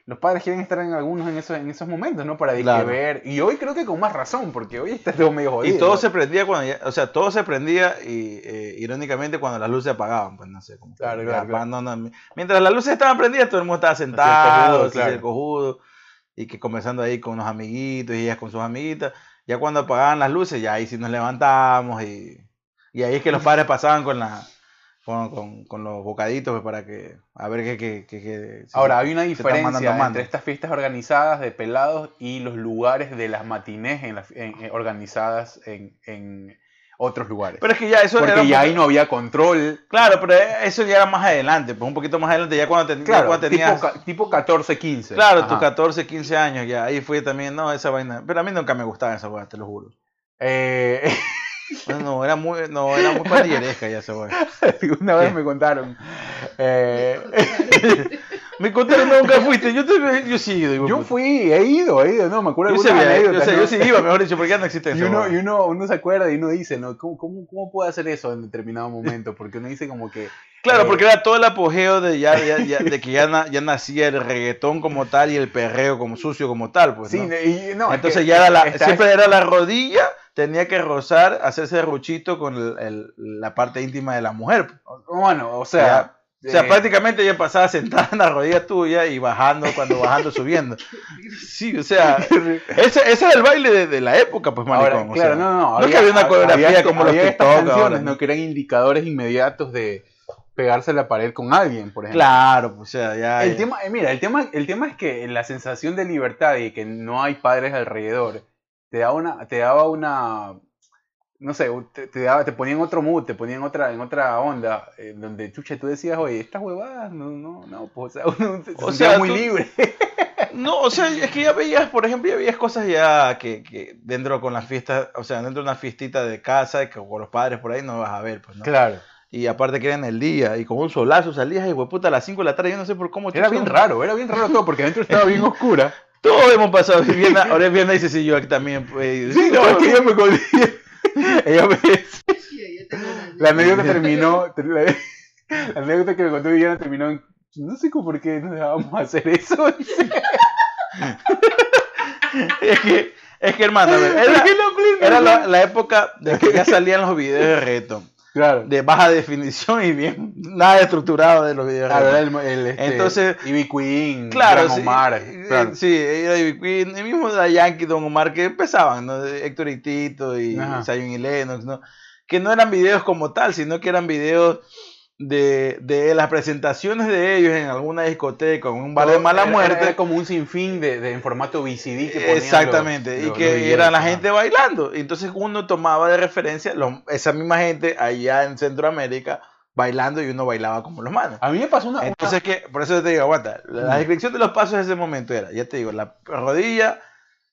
Speaker 1: Los padres quieren estar en algunos en esos, en esos momentos, ¿no? Para
Speaker 2: Claro.
Speaker 1: ver. Y hoy creo que con más razón, porque hoy está todo medio jodido.
Speaker 2: Y todo
Speaker 1: ¿no?
Speaker 2: se prendía cuando ya, o sea, todo se prendía y eh, irónicamente cuando las luces se apagaban, pues no sé, como que
Speaker 1: Claro,
Speaker 2: ya,
Speaker 1: claro, claro.
Speaker 2: no, no, mientras las luces estaban prendidas, todo el mundo estaba
Speaker 1: el cojudo,
Speaker 2: sentado, así,
Speaker 1: claro.
Speaker 2: el cojudo, y que conversando ahí con unos amiguitos y ellas con sus amiguitas, ya cuando apagaban las luces, ya ahí sí nos levantábamos y, y ahí es que los padres pasaban con la con, con- con los bocaditos pues, para que a ver qué qué- qué- qué- si-
Speaker 1: Ahora, hay una
Speaker 2: se están mandando
Speaker 1: diferencia
Speaker 2: mando.
Speaker 1: entre estas fiestas organizadas de pelados y los lugares de las matinés en las- en- en- organizadas en, en otros lugares.
Speaker 2: Pero es que ya eso era
Speaker 1: Porque
Speaker 2: un
Speaker 1: ya
Speaker 2: poco-
Speaker 1: ahí no había control.
Speaker 2: Claro, pero eso ya era más adelante, pues un poquito más adelante, ya cuando, ten- ya
Speaker 1: Claro,
Speaker 2: cuando tenías...
Speaker 1: tipo, ca- tipo 14, 15.
Speaker 2: Claro,
Speaker 1: Ajá.
Speaker 2: tus 14, 15 años ya. Ahí fui también, no, esa vaina. Pero a mí nunca me gustaba esa vaina, te lo juro.
Speaker 1: Eh,
Speaker 2: No, no, era muy, no, era muy pandilleresca ya esa vaina.
Speaker 1: una vez me contaron. eh,
Speaker 2: Me contaron, nunca fuiste. Yo, te, yo sí he ido. hijo
Speaker 1: yo
Speaker 2: puta.
Speaker 1: fui, he ido, he ido, no, me acuerdo de
Speaker 2: Yo, sí
Speaker 1: algunas
Speaker 2: había ido, o
Speaker 1: anécdotas,
Speaker 2: sea,
Speaker 1: ¿no?
Speaker 2: yo sí iba, mejor dicho, porque ya no existe
Speaker 1: Y
Speaker 2: eso.
Speaker 1: uno, y uno, uno se acuerda y uno dice, ¿no? ¿Cómo, cómo, cómo puedo hacer eso en determinado momento? Porque uno dice como que...
Speaker 2: Claro,
Speaker 1: eh,
Speaker 2: porque era todo el apogeo de, ya, ya, ya- de que ya, na- ya nacía el reggaetón como tal y el perreo como sucio como tal. Pues,
Speaker 1: sí,
Speaker 2: ¿no?
Speaker 1: y- no, es
Speaker 2: Entonces
Speaker 1: que
Speaker 2: ya era la,
Speaker 1: está-
Speaker 2: siempre era la rodilla, tenía que rozar, hacerse ruchito con el- el- la parte íntima de la mujer. pues.
Speaker 1: Bueno, o sea.
Speaker 2: O sea,
Speaker 1: eh,
Speaker 2: prácticamente ella pasaba sentada en la rodilla tuya y bajando, cuando bajando, subiendo. Sí, o sea, ese, ese era el baile de, de la época, pues,
Speaker 1: ahora,
Speaker 2: maricón. o
Speaker 1: claro,
Speaker 2: sea.
Speaker 1: no, no.
Speaker 2: es que había una coreografía
Speaker 1: había-
Speaker 2: como los
Speaker 1: había estas
Speaker 2: TikTok
Speaker 1: canciones,
Speaker 2: ahora, ¿no?
Speaker 1: ¿no? Que eran indicadores inmediatos de pegarse a la pared con alguien, por ejemplo.
Speaker 2: Claro, pues, o sea, ya...
Speaker 1: El
Speaker 2: ya.
Speaker 1: tema, eh, mira, el tema, el tema es que la sensación de libertad y que no hay padres alrededor te da una, te daba una, no sé, un- te, te daba, te ponía en otro mood, te ponía en otra, en otra onda, eh, donde chuche tú decías, oye, estas huevadas, no, no, no, pues, o sea, uno se,
Speaker 2: O
Speaker 1: sentía
Speaker 2: sea,
Speaker 1: muy
Speaker 2: tú-
Speaker 1: libre.
Speaker 2: No, o sea, es que ya veías, por ejemplo, ya veías cosas ya que, que dentro con las fiestas, o sea, dentro de una fiestita de casa, que con los padres por ahí no vas a ver, pues, ¿no?
Speaker 1: Claro.
Speaker 2: Y aparte que era en el día, y con un solazo salías, y puta, a las 5 de la tarde, yo no sé por cómo...
Speaker 1: Era
Speaker 2: chucha,
Speaker 1: bien
Speaker 2: no-
Speaker 1: raro, era bien raro todo, porque adentro estaba bien oscura.
Speaker 2: Todos hemos pasado vivienda, ahora es vivienda y sí, yo aquí también. Pues,
Speaker 1: Sí, no, es que ella me
Speaker 2: Ella me-
Speaker 3: yo
Speaker 2: ¡Ah!
Speaker 3: tengo una-
Speaker 1: La anécdota terminó. La, la anécdota que me contó Viviana terminó en. No sé cómo por qué nos dejábamos hacer eso.
Speaker 2: es, que, es que, hermano, a ver,
Speaker 1: ¿Por
Speaker 2: era,
Speaker 1: qué no aprendes?
Speaker 2: era la, la época de que ya salían los videos de reto.
Speaker 1: Claro.
Speaker 2: de baja definición y bien nada estructurado de los videos.
Speaker 1: Claro, era el, el, este,
Speaker 2: Entonces-
Speaker 1: Ivy Queen,
Speaker 2: Claro,
Speaker 1: Gran
Speaker 2: sí,
Speaker 1: Omar.
Speaker 2: eh,
Speaker 1: claro.
Speaker 2: sí, era Ivy Queen, y mismo la Yankee, Don Omar, que empezaban, ¿no? De Héctor y Tito y
Speaker 1: Ajá.
Speaker 2: Zion y Lennox, ¿no? Que no eran videos como tal, sino que eran videos de, de las presentaciones de ellos en alguna discoteca, en un bar de
Speaker 1: Todo-
Speaker 2: mala
Speaker 1: era-
Speaker 2: muerte.
Speaker 1: Era, como un sinfín de, de en formato VCD que ponían los-
Speaker 2: Exactamente,
Speaker 1: los-
Speaker 2: y que
Speaker 1: los videos,
Speaker 2: era la
Speaker 1: ajá.
Speaker 2: gente bailando. Y entonces uno tomaba de referencia lo- esa misma gente allá en Centroamérica bailando y uno bailaba como los manos.
Speaker 1: A mí me pasó una. una-
Speaker 2: Entonces, que por eso te digo, aguanta. La la
Speaker 1: Mm.
Speaker 2: descripción de los pasos de ese momento era, ya te digo, la rodilla,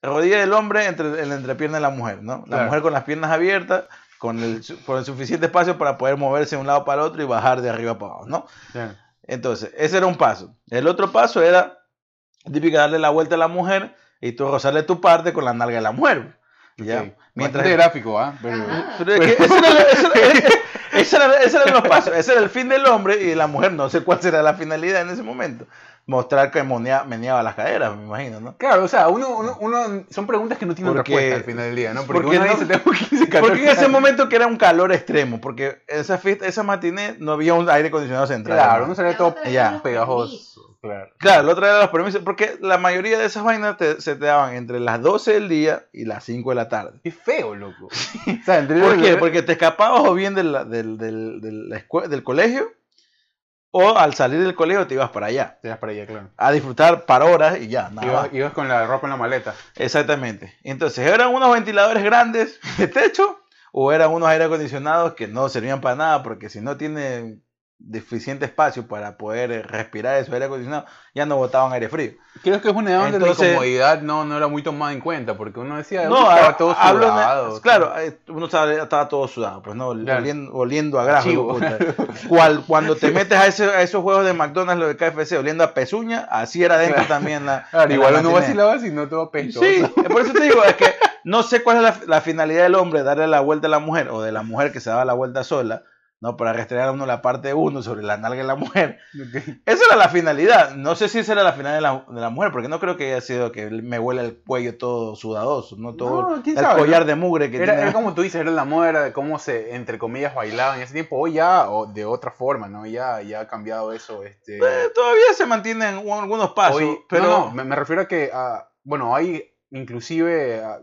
Speaker 2: rodilla del hombre entre en la entrepierna de la mujer, ¿no? La
Speaker 1: Claro.
Speaker 2: mujer con las piernas abiertas, con el, su- con el suficiente espacio para poder moverse de un lado para el otro y bajar de arriba para abajo, ¿no?
Speaker 1: Claro.
Speaker 2: Entonces, ese era un paso. El otro paso era típica darle la vuelta a la mujer y tú rozarle tu parte con la nalga de la mujer. ¿ya?
Speaker 1: Ok.
Speaker 2: Mientras
Speaker 1: Bastante gráfico, ¿ah? Pero-
Speaker 3: Ajá.
Speaker 2: pero es que ese era, ese era- ese era- ese eran los pasos, ese era el fin del hombre y de la mujer, no sé cuál será la finalidad en ese momento. Mostrar que monea- meneaba las caderas, me imagino, ¿no?
Speaker 1: Claro, o sea, uno, uno, uno- son preguntas que no tienen
Speaker 2: Porque-
Speaker 1: respuesta al final del día, ¿no? Porque,
Speaker 2: porque
Speaker 1: uno
Speaker 2: no-
Speaker 1: dice, tengo 15, 14
Speaker 2: Porque en ese
Speaker 1: años".
Speaker 2: momento que era un calor extremo, porque esa fiesta, esa matiné no había un aire acondicionado central.
Speaker 1: Claro,
Speaker 2: ¿no?
Speaker 1: no sería todo
Speaker 2: Ya.
Speaker 3: Ya.
Speaker 1: Ah, pegajoso. Claro.
Speaker 2: Claro, la otra era los permisos, porque la mayoría de esas vainas te- se te daban entre las 12 del día y las 5 de la tarde.
Speaker 1: Qué feo, loco. O sea, entre-
Speaker 2: ¿Por qué? Porque te escapabas o bien de la- del, del- del- la escue- del colegio, o al salir del colegio te ibas para allá,
Speaker 1: Te vas para allá, claro.
Speaker 2: a disfrutar para horas y ya, nada más.
Speaker 1: Ibas, ibas con la ropa en la maleta.
Speaker 2: Exactamente. Entonces, ¿eran unos ventiladores grandes de techo o eran unos aire acondicionados que no servían para nada? Porque si no tienen deficiente espacio para poder eh, respirar esos aire acondicionado, ya no botaban aire frío.
Speaker 1: Creo que es una edad donde
Speaker 2: Entonces-
Speaker 1: la incomodidad no, no era muy tomada en cuenta, porque uno decía,
Speaker 2: No,
Speaker 1: "Uy,
Speaker 2: ha-
Speaker 1: Eh, estaba todo
Speaker 2: hablo de-
Speaker 1: sudado.
Speaker 2: claro, eh, uno estaba, estaba todo sudado, pues no,
Speaker 1: Claro.
Speaker 2: oliendo, oliendo a grajo.
Speaker 1: Chivo.
Speaker 2: hijo de puta. Cual- cuando te metes a, ese- a esos juegos de McDonald's, lo de KFC, oliendo a pezuña, así era adentro también la.
Speaker 1: Claro,
Speaker 2: en la
Speaker 1: igual uno
Speaker 2: matiné.
Speaker 1: vacilaba si no todo pesto.
Speaker 2: Sí, eh, por eso te digo, es que no sé cuál es la, la finalidad del hombre, darle la vuelta a la mujer, o de la mujer que se daba la vuelta sola, ¿no? Para restregar a uno la parte de uno sobre la nalga de la mujer. Esa era la finalidad. No sé si esa era la finalidad de la, de la mujer, porque no creo que haya sido que me huela el cuello todo sudadoso, ¿no? Todo
Speaker 1: No, quién
Speaker 2: el
Speaker 1: sabe,
Speaker 2: collar
Speaker 1: ¿no?
Speaker 2: de mugre que
Speaker 1: Era,
Speaker 2: tiene.
Speaker 1: era como tú dices, era la moda era de cómo se, entre comillas, bailaba en ese tiempo. Hoy ya, o de otra forma, ¿no? Ya, ya ha cambiado eso. Este...
Speaker 2: Eh, Todavía se mantienen u- algunos pasos,
Speaker 1: Hoy-
Speaker 2: pero
Speaker 1: No, no, me, me refiero a que, ah, bueno, hay inclusive ah,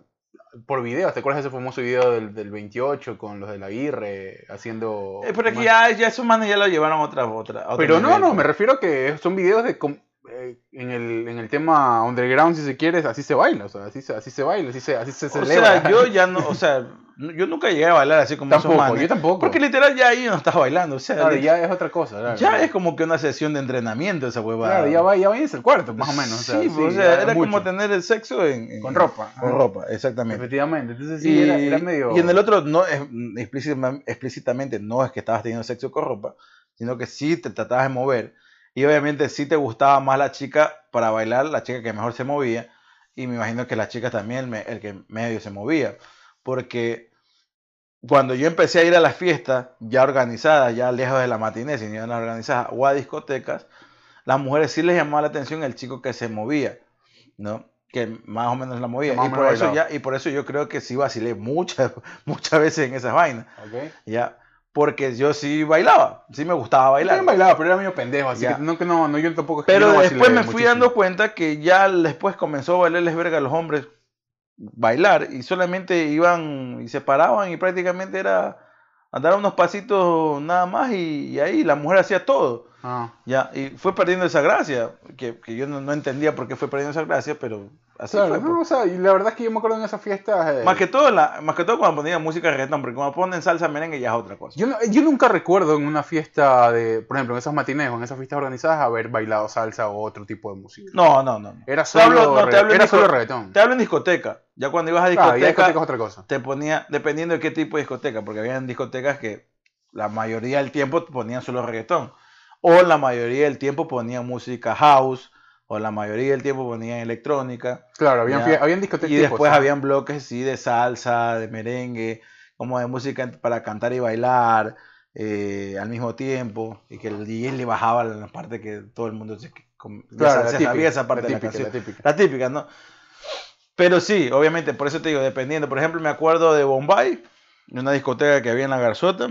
Speaker 1: por videos, ¿te acuerdas de ese famoso video del, del 28 con los de la Aguirre haciendo...
Speaker 2: Eh, pero es que ya, ya esos manes ya lo llevaron a otra, otra. a otro
Speaker 1: Pero no,
Speaker 2: nivel,
Speaker 1: no,
Speaker 2: pues.
Speaker 1: me refiero a que son videos de... com- eh, En el, en el tema underground, si se quiere, así se baila, o sea, así se, así se baila, así se, así se
Speaker 2: pues. O
Speaker 1: celebra.
Speaker 2: sea, yo ya no, o sea, no- yo nunca llegué a bailar así como esos
Speaker 1: tampoco,
Speaker 2: manes.
Speaker 1: yo tampoco.
Speaker 2: Porque literal ya ahí no estás bailando, o sea,
Speaker 1: Claro,
Speaker 2: lit- ya,
Speaker 1: ya es otra cosa. Claro,
Speaker 2: es como que una sesión de entrenamiento esa huevada.
Speaker 1: Claro, ya, va, ya vayas al cuarto, más o menos. O sea,
Speaker 2: sí, pues, o sea,
Speaker 1: ya es
Speaker 2: era
Speaker 1: mucho.
Speaker 2: como tener el sexo en, en-
Speaker 1: Con ropa.
Speaker 2: Con
Speaker 1: ajá.
Speaker 2: ropa, exactamente.
Speaker 1: Efectivamente, entonces sí, era, era medio...
Speaker 2: y en el otro, no es- explícima- explícitamente no es que estabas teniendo sexo con ropa, sino que sí te tratabas de mover. Y obviamente sí te gustaba más la chica para bailar, la chica que mejor se movía. Y me imagino que las chicas también, me- el que medio se movía. Porque cuando yo empecé a ir a las fiestas ya organizadas, ya lejos de la matiné, sino ya las organizadas o a discotecas, las mujeres sí les llamaba la atención el chico que se movía, ¿no? Que más o menos la movía.
Speaker 1: Que más
Speaker 2: Y
Speaker 1: o
Speaker 2: por,
Speaker 1: menos
Speaker 2: eso
Speaker 1: bailaba.
Speaker 2: ya, y por eso yo creo que sí vacilé muchas, muchas veces en esas vainas,
Speaker 1: Ok.
Speaker 2: ¿ya? Porque yo sí bailaba, sí me gustaba
Speaker 1: Yo
Speaker 2: bailar.
Speaker 1: también bailaba, pero era medio pendejo, así
Speaker 2: Ya.
Speaker 1: que no, que no, no, yo tampoco. es que
Speaker 2: Pero
Speaker 1: yo no vacilé
Speaker 2: después me fui
Speaker 1: muchísimo.
Speaker 2: dando cuenta que ya después comenzó a valerles verga a los hombres bailar y solamente iban y se paraban y prácticamente era andar unos pasitos nada más y, y ahí la mujer hacía todo.
Speaker 1: Ah.
Speaker 2: Ya, y fue perdiendo esa gracia, que, que yo no, no entendía por qué fue perdiendo esa gracia, pero así
Speaker 1: Claro,
Speaker 2: fue.
Speaker 1: no,
Speaker 2: pues.
Speaker 1: o sea, y la verdad es que yo me acuerdo en esas fiestas. eh,
Speaker 2: Más que todo, la, más que todo cuando ponían música de reggaetón, porque cuando ponen salsa merengue ya es otra cosa.
Speaker 1: yo, no- yo nunca recuerdo en una fiesta de, por ejemplo, en esas matineos, en esas fiestas organizadas, haber bailado salsa o otro tipo de música.
Speaker 2: No, no, no. no.
Speaker 1: Era
Speaker 2: Te hablo-
Speaker 1: solo,
Speaker 2: no, te
Speaker 1: regga-
Speaker 2: hablo en
Speaker 1: era
Speaker 2: disco-
Speaker 1: solo reggaetón.
Speaker 2: Te hablo en discoteca. Ya cuando ibas a
Speaker 1: Claro,
Speaker 2: discoteca,
Speaker 1: y la Ah, discoteca es otra cosa.
Speaker 2: te ponía, dependiendo de qué tipo de discoteca, porque habían discotecas que la mayoría del tiempo ponían solo reggaetón, o la mayoría del tiempo ponían música house, o la mayoría del tiempo ponían electrónica,
Speaker 1: Claro, habían,
Speaker 2: Ya.
Speaker 1: fie- habían discotecas.
Speaker 2: y
Speaker 1: tipos,
Speaker 2: después
Speaker 1: ¿no?
Speaker 2: habían bloques sí, de salsa, de merengue, como de música para cantar y bailar eh, al mismo tiempo, y que el DJ le bajaba la parte que todo el mundo se, com- ya
Speaker 1: Claro, la
Speaker 2: se
Speaker 1: típica,
Speaker 2: sabía esa parte
Speaker 1: la
Speaker 2: de la
Speaker 1: típica,
Speaker 2: canción.
Speaker 1: la típica.
Speaker 2: La típica, ¿no? Pero sí, obviamente, por eso te digo, dependiendo. Por ejemplo, me acuerdo de Bombay, de una discoteca que había en la Garzota,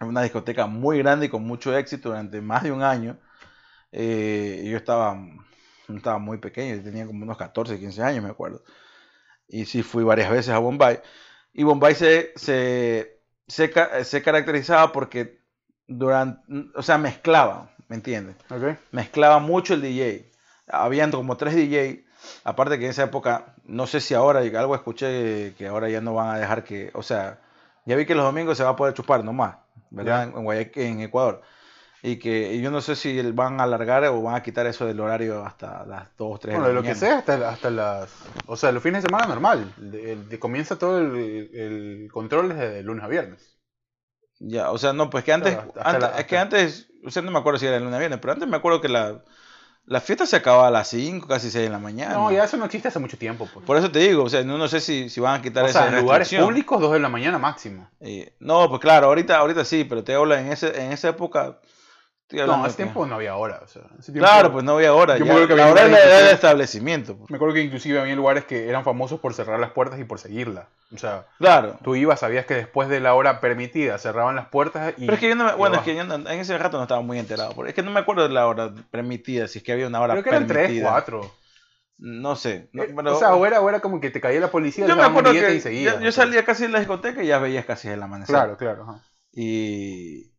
Speaker 2: en una discoteca muy grande y con mucho éxito durante más de un año. Eh, yo estaba, estaba muy pequeño, yo tenía como unos 14, 15 años, me acuerdo. Y sí fui varias veces a Bombay. Y Bombay se, se, se, ca- se caracterizaba porque durante, o sea, mezclaba, ¿me entiendes?
Speaker 1: Ok.
Speaker 2: mezclaba mucho el DJ. Habían como tres DJ. Aparte que en esa época, no sé si ahora, algo escuché que ahora ya no van a dejar que, o sea, ya vi que los domingos se va a poder chupar nomás, ¿verdad? En, Guayaquil, en Ecuador. Y que y yo no sé si van a alargar o van a quitar eso del horario hasta las 2, 3
Speaker 1: Bueno, lo que sea, hasta, hasta las. O sea, los fines de semana normal. De- de- comienza todo el, el control desde lunes a viernes.
Speaker 2: Ya, o sea, no, pues que antes,
Speaker 1: Claro, hasta- hasta
Speaker 2: antes-
Speaker 1: la-
Speaker 2: es que
Speaker 1: hasta-
Speaker 2: antes, o sea, no me acuerdo si era el lunes viernes, pero antes me acuerdo que la, la fiesta se acababa a las 5, casi 6 de la mañana.
Speaker 1: No, ya eso no existe hace mucho tiempo. Pues.
Speaker 2: Por eso te digo, o sea, no, no sé si, si van a quitar
Speaker 1: O
Speaker 2: esa
Speaker 1: sea, en lugares
Speaker 2: restricción.
Speaker 1: públicos, 2 de la mañana máximo.
Speaker 2: Eh, no, pues claro, ahorita, ahorita sí, pero te hablo en, ese, en esa época. estoy hablando
Speaker 1: No, hace
Speaker 2: que-
Speaker 1: tiempo no había hora. O sea, hace tiempo-
Speaker 2: Claro, pues no había hora.
Speaker 1: Yo
Speaker 2: Ya,
Speaker 1: me acuerdo que
Speaker 2: la
Speaker 1: había
Speaker 2: hora
Speaker 1: una
Speaker 2: es la edad del
Speaker 1: discusión.
Speaker 2: establecimiento. pues.
Speaker 1: Me acuerdo que inclusive había lugares que eran famosos por cerrar las puertas y por seguirla. O sea,
Speaker 2: Claro.
Speaker 1: tú ibas, sabías que después de la hora permitida cerraban las puertas y.
Speaker 2: Pero es que yo no me,
Speaker 1: y
Speaker 2: bueno, es
Speaker 1: abajo.
Speaker 2: que yo no- en ese rato no estaba muy enterado. porque Es que no me acuerdo de la hora permitida, si es que había una hora
Speaker 1: Creo que eran
Speaker 2: permitida.
Speaker 1: 3, 4.
Speaker 2: No sé. no,
Speaker 1: Eh,
Speaker 2: bueno,
Speaker 1: o sea, o era, o era como que te caía la policía,
Speaker 2: yo
Speaker 1: te
Speaker 2: me
Speaker 1: daban un
Speaker 2: acuerdo
Speaker 1: billete
Speaker 2: que
Speaker 1: y seguías. pues.
Speaker 2: yo, yo salía casi de la discoteca y ya veías casi el amanecer.
Speaker 1: Claro, claro. ajá.
Speaker 2: Y,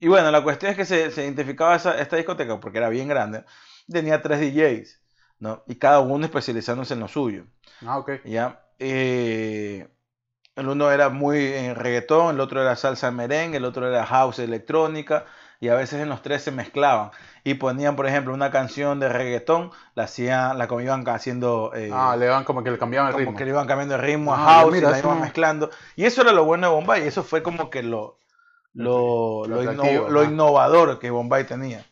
Speaker 2: y bueno, la cuestión es que se, se identificaba esa- esta discoteca porque era bien grande. Tenía tres DJs, ¿no? Y cada uno especializándose en lo suyo,
Speaker 1: Ah, ok.
Speaker 2: ¿ya? Eh, el uno era muy en reggaetón, el otro era salsa merengue, el otro era house electrónica. Y a veces en los tres se mezclaban. Y ponían, por ejemplo, una canción de reggaetón, la hacían, la iban haciendo... eh,
Speaker 1: Ah, le daban como que le cambiaban el
Speaker 2: como
Speaker 1: ritmo.
Speaker 2: que le iban cambiando el ritmo
Speaker 1: Ah,
Speaker 2: a house,
Speaker 1: mira,
Speaker 2: y la
Speaker 1: eso
Speaker 2: iban
Speaker 1: no.
Speaker 2: mezclando. Y eso era lo bueno de Bombay, eso fue como que lo, lo,
Speaker 1: Lo
Speaker 2: lo, inno-
Speaker 1: atractivo,
Speaker 2: lo
Speaker 1: ajá.
Speaker 2: innovador que Bombay tenía.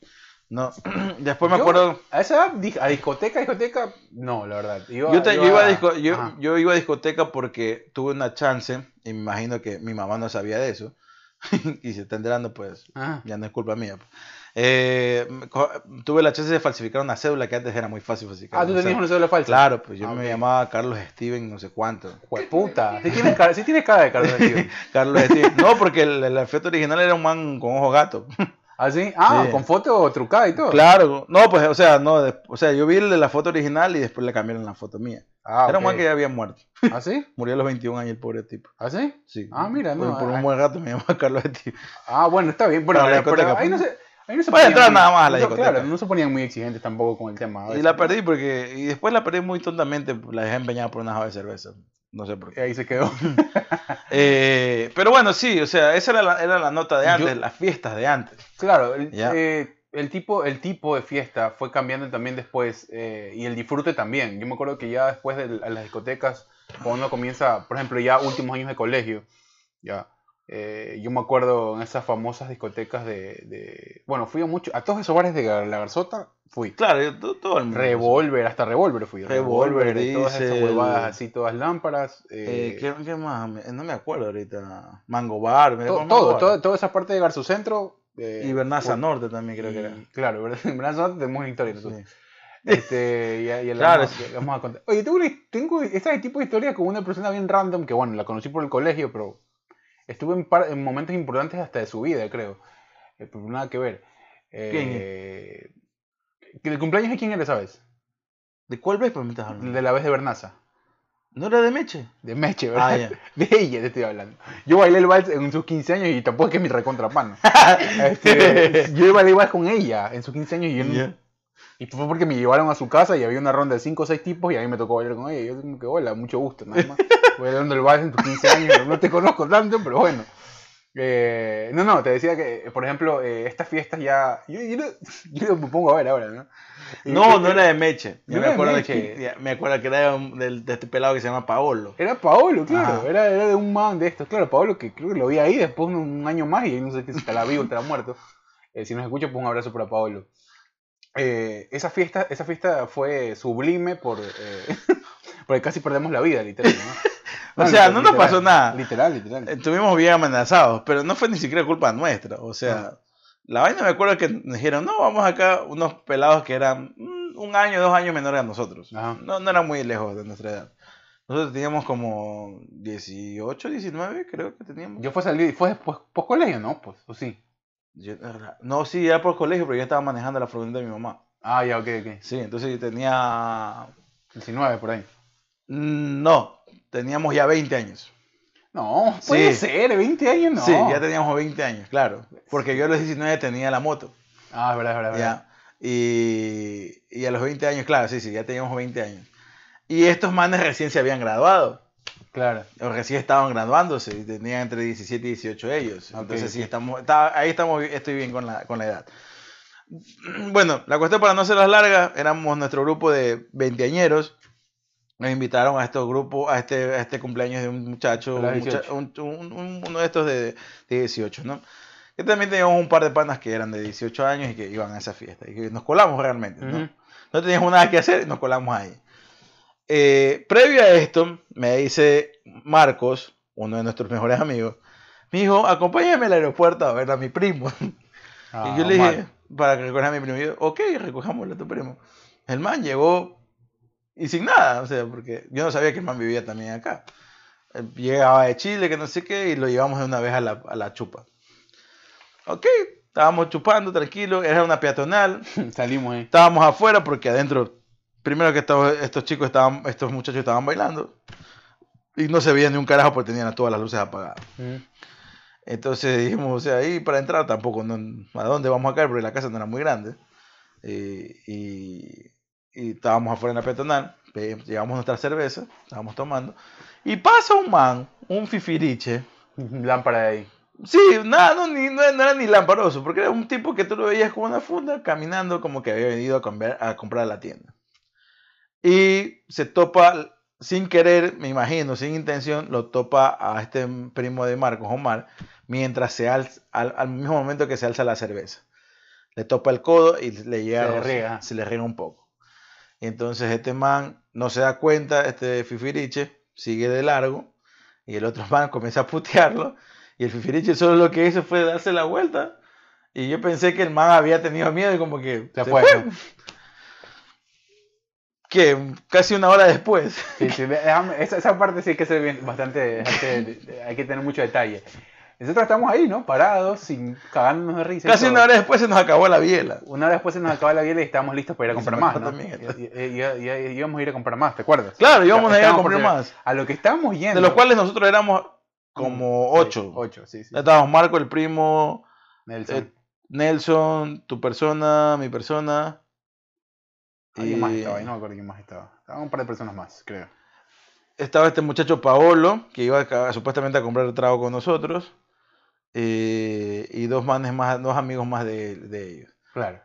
Speaker 2: ¿no? Después me
Speaker 1: Yo-
Speaker 2: acuerdo,
Speaker 1: A esa edad, di- a discoteca, discoteca, no, la verdad. Iba-
Speaker 2: yo, te- yo iba a disco- yo-
Speaker 1: Ajá.
Speaker 2: yo iba a discoteca porque tuve una chance, y me imagino que mi mamá no sabía de eso, y se está enterando, pues
Speaker 1: Ah,
Speaker 2: ya no es culpa mía. Eh, co- tuve la chance de falsificar una cédula que antes era muy fácil falsificar.
Speaker 1: Ah, tú
Speaker 2: una
Speaker 1: tenías
Speaker 2: cédula.
Speaker 1: una cédula falsa.
Speaker 2: Claro, pues yo
Speaker 1: Ah,
Speaker 2: me
Speaker 1: ok.
Speaker 2: llamaba Carlos Steven, no sé cuánto.
Speaker 1: Jueputa. Sí tienes cara, sí tienes cara de Carlos Steven.
Speaker 2: Carlos Steven. No, porque el, el efecto original era un man con ojo gato.
Speaker 1: ¿Ah, sí? Ah,
Speaker 2: Sí.
Speaker 1: con foto trucada y todo.
Speaker 2: Claro, no, pues, o sea, no, de- o sea, yo vi el de la foto original y después le cambiaron la foto mía.
Speaker 1: Ah,
Speaker 2: era un
Speaker 1: ok.
Speaker 2: man que ya había muerto.
Speaker 1: ¿Ah, sí?
Speaker 2: Murió a los 21 años el pobre tipo.
Speaker 1: ¿Ah, sí?
Speaker 2: Sí.
Speaker 1: Ah, mira,
Speaker 2: Por-
Speaker 1: no,
Speaker 2: Por,
Speaker 1: ah.
Speaker 2: un buen rato me llamaba Carlos Steven.
Speaker 1: Ah, bueno, está bien. Bueno,
Speaker 2: Para la
Speaker 1: pero-
Speaker 2: discoteca,
Speaker 1: ahí no
Speaker 2: pues.
Speaker 1: se, ahí no se
Speaker 2: Voy a
Speaker 1: ponían
Speaker 2: entrar
Speaker 1: muy-
Speaker 2: nada más a la
Speaker 1: no,
Speaker 2: discoteca.
Speaker 1: Claro, no se ponían muy exigentes tampoco con el tema. a
Speaker 2: Y
Speaker 1: veces.
Speaker 2: la perdí porque, y después la perdí muy tontamente, pues, la dejé empeñada por una java de cerveza. No sé por
Speaker 1: Y
Speaker 2: qué.
Speaker 1: ahí se quedó.
Speaker 2: Eh, pero bueno, sí, o sea, esa era la, era la nota de
Speaker 1: Yo-
Speaker 2: antes, las fiestas de antes.
Speaker 1: Claro, el,
Speaker 2: Ya.
Speaker 1: eh, el tipo, el tipo de fiesta fue cambiando también después eh, y el disfrute también. Yo me acuerdo que ya después de l- a las discotecas, cuando uno comienza, por ejemplo, ya últimos años de colegio, ya. eh, yo me acuerdo en esas famosas discotecas de, de- Bueno, fui a mucho, a todos esos bares de Gar- La Garzota, fui.
Speaker 2: Claro, yo- todo, todo el mundo.
Speaker 1: Revolver, hasta Revolver fui.
Speaker 2: Revolver,
Speaker 1: Revolver, y todas esas
Speaker 2: Diesel.
Speaker 1: huevadas así, todas lámparas.
Speaker 2: Eh,
Speaker 1: eh,
Speaker 2: ¿qué, qué más? Me- No me acuerdo ahorita. Mango Bar. me
Speaker 1: to-
Speaker 2: acuerdo de Mango
Speaker 1: todo,
Speaker 2: Bar.
Speaker 1: todo- toda esa parte de Garzo Centro. eh,
Speaker 2: Y Bernaza
Speaker 1: bueno,
Speaker 2: Norte también creo que era.
Speaker 1: y- Claro, ¿verdad? En Brazo Norte tenemos una historia nosotros.
Speaker 2: Sí.
Speaker 1: Este, ya, ya la
Speaker 2: Claro,
Speaker 1: vamos, a- ya la vamos a contar. Oye, tengo, una- tengo este tipo de historia con una persona bien random que, bueno, la conocí por el colegio, pero estuve en, par- en momentos importantes hasta de su vida, creo. Eh, pero nada que ver. Eh, que ¿El cumpleaños de quién era, sabes?
Speaker 2: ¿De cuál vez pues, me estás hablando?
Speaker 1: De la vez de Bernaza.
Speaker 2: ¿No era de Meche?
Speaker 1: De Meche, ¿verdad?
Speaker 2: Ah, ya.
Speaker 1: De ella te estoy hablando. Yo bailé el vals en sus 15 años y tampoco es que es mi recontrapano. Este, yo bailé el vals con ella en sus 15 años y yo no-
Speaker 2: Ya.
Speaker 1: Y fue porque me llevaron a su casa y había una ronda de 5 o 6 tipos y a mí me tocó bailar con ella. Y yo como que, hola, mucho gusto, nada más. Voy dando el vals en tus 15 años, no te conozco tanto, pero bueno. Eh, no, no, te decía que, por ejemplo, eh, estas fiestas ya... Yo, yo, no- yo me pongo a ver ahora, ¿no? Y-
Speaker 2: No, no era de Meche.
Speaker 1: No
Speaker 2: Yo me
Speaker 1: era de
Speaker 2: acuerdo,
Speaker 1: Meche.
Speaker 2: Que, ya, me acuerdo que era de, un- del- de este pelado que se llama Paolo.
Speaker 1: Era Paolo, claro.
Speaker 2: Ajá.
Speaker 1: Era, era de un man de estos. Claro, Paolo, que creo que lo vi ahí después un, un año más y no sé si estará vivo o estará muerto. Eh, si nos escucha, pues un abrazo para Paolo. Eh, esa, fiesta, esa fiesta fue sublime por, eh, porque casi perdemos la vida, literal. ¿no?
Speaker 2: O sea, no nos
Speaker 1: literal,
Speaker 2: pasó nada.
Speaker 1: Literal, literal.
Speaker 2: Estuvimos Eh, bien amenazados, pero no fue ni siquiera culpa nuestra. O sea, la vaina me acuerdo que nos dijeron, no, vamos acá unos pelados que eran mm, un año, dos años menores a nosotros.
Speaker 1: Ajá.
Speaker 2: No, no eran muy lejos de nuestra edad. Nosotros teníamos como 18, 19, creo que teníamos.
Speaker 1: Yo fue salir, fue después, post colegio, ¿no? Pues, o sí.
Speaker 2: Yo- no, sí, era por colegio, pero yo estaba manejando la furgoneta de mi mamá.
Speaker 1: Ah, ya, ok, ok.
Speaker 2: Sí, entonces yo tenía. mm,
Speaker 1: 19 por ahí.
Speaker 2: No, teníamos ya 20 años.
Speaker 1: No, puede
Speaker 2: Sí.
Speaker 1: ser, 20 años no.
Speaker 2: Sí, ya teníamos 20 años, claro. Porque yo a los 19 tenía la moto.
Speaker 1: Ah, es verdad, es verdad. es verdad.
Speaker 2: Ya. Y, y a los 20 años, claro, sí, sí, ya teníamos 20 años. Y estos manes recién se habían graduado,
Speaker 1: Claro.
Speaker 2: o recién estaban graduándose, y tenían entre 17 y 18 ellos.
Speaker 1: Ok,
Speaker 2: Entonces, sí,
Speaker 1: sí.
Speaker 2: estamos, está- ahí estamos, estoy bien con la, con la edad. Bueno, la cuestión para no ser las largas, éramos nuestro grupo de veinteañeros. Nos invitaron a estos grupos, a este, a este cumpleaños de un muchacho,
Speaker 1: A las
Speaker 2: un mucha-
Speaker 1: 18.
Speaker 2: un- un- un- uno de estos de, de 18, ¿no? Que también teníamos un par de panas que eran de 18 años y que iban a esa fiesta. Y que nos colamos realmente, ¿no?
Speaker 1: Ujú.
Speaker 2: No teníamos nada que hacer, nos colamos ahí. Eh, previo a esto, me dice Marcos, uno de nuestros mejores amigos, me dijo, acompáñame al aeropuerto a ver a mi primo.
Speaker 1: Ah,
Speaker 2: y yo le dije,
Speaker 1: Omar.
Speaker 2: para que recojas a mi primo. Y yo, ok, recojámoslo a tu primo. El man llegó y sin nada, o sea, porque yo no sabía que el man vivía también acá. Eh, Llegaba de Chile, que no sé qué, y lo llevamos de una vez a la, a la chupa. Ok, estábamos chupando, tranquilo, era una peatonal,
Speaker 1: Ah, Salimos ahí.
Speaker 2: estábamos afuera porque adentro, primero que estos, estos chicos estaban, estos muchachos estaban bailando y no se veía ni un carajo porque tenían todas las luces apagadas. Entonces dijimos, o sea, ahí para entrar tampoco, no- ¿a dónde vamos a caer? Porque la casa no era muy grande. Eh, y, y estábamos afuera en la peatonal, pe- llevamos nuestra cerveza, estábamos tomando, y pasa un man, un fifiriche.
Speaker 1: Lámpara de ahí.
Speaker 2: Sí, nada, no, ni, no, no era ni lamparoso, porque era un tipo que tú lo veías con una funda caminando como que había venido a, cambiar- a comprar a la tienda. Y se topa, sin querer, me imagino, sin intención, lo topa a este primo de Marcos, Omar, mientras se alza, al, al mismo momento que se alza la cerveza. Le topa el codo y le llega,
Speaker 1: Se le
Speaker 2: los-
Speaker 1: riega.
Speaker 2: se le riega un poco. Y entonces este man no se da cuenta, este Fifiriche, sigue de largo, y el otro man comienza a putearlo. Y el Fifiriche solo lo que hizo fue darse la vuelta. Y yo pensé que el man había tenido miedo y como que
Speaker 1: Se fue, ¿no?
Speaker 2: Que casi una hora después.
Speaker 1: Sí, sí, déjame- esa, esa parte sí hay que ser bien- bastante, bastante- Hay que tener mucho detalle. Nosotros estamos ahí, ¿no? Parados, sin cagándonos de risa. y
Speaker 2: casi
Speaker 1: todo.
Speaker 2: una hora después se nos acabó la biela.
Speaker 1: Una hora después se nos acaba la biela y estábamos listos para ir a
Speaker 2: Y se
Speaker 1: comprar
Speaker 2: me
Speaker 1: más,
Speaker 2: acabó
Speaker 1: ¿no?
Speaker 2: también
Speaker 1: Y- y- y- y- y- íbamos a ir a comprar más, ¿te acuerdas?
Speaker 2: Claro, íbamos a ir a
Speaker 1: Estábamos
Speaker 2: comprar
Speaker 1: por-
Speaker 2: más.
Speaker 1: A lo que estábamos yendo.
Speaker 2: De los cuales nosotros éramos como
Speaker 1: Mm, Sí,
Speaker 2: ocho.
Speaker 1: ocho, sí, sí.
Speaker 2: Ya estábamos Marco, el primo,
Speaker 1: Nelson.
Speaker 2: eh, Nelson, tu persona, mi persona.
Speaker 1: Alguien más
Speaker 2: y-
Speaker 1: estaba ahí, no me acuerdo quién más estaba. Estaban un par de personas más, creo.
Speaker 2: estaba este muchacho Paolo, que iba a- supuestamente a comprar trago con nosotros, eh, y dos manes más, dos amigos más de, de ellos.
Speaker 1: Claro.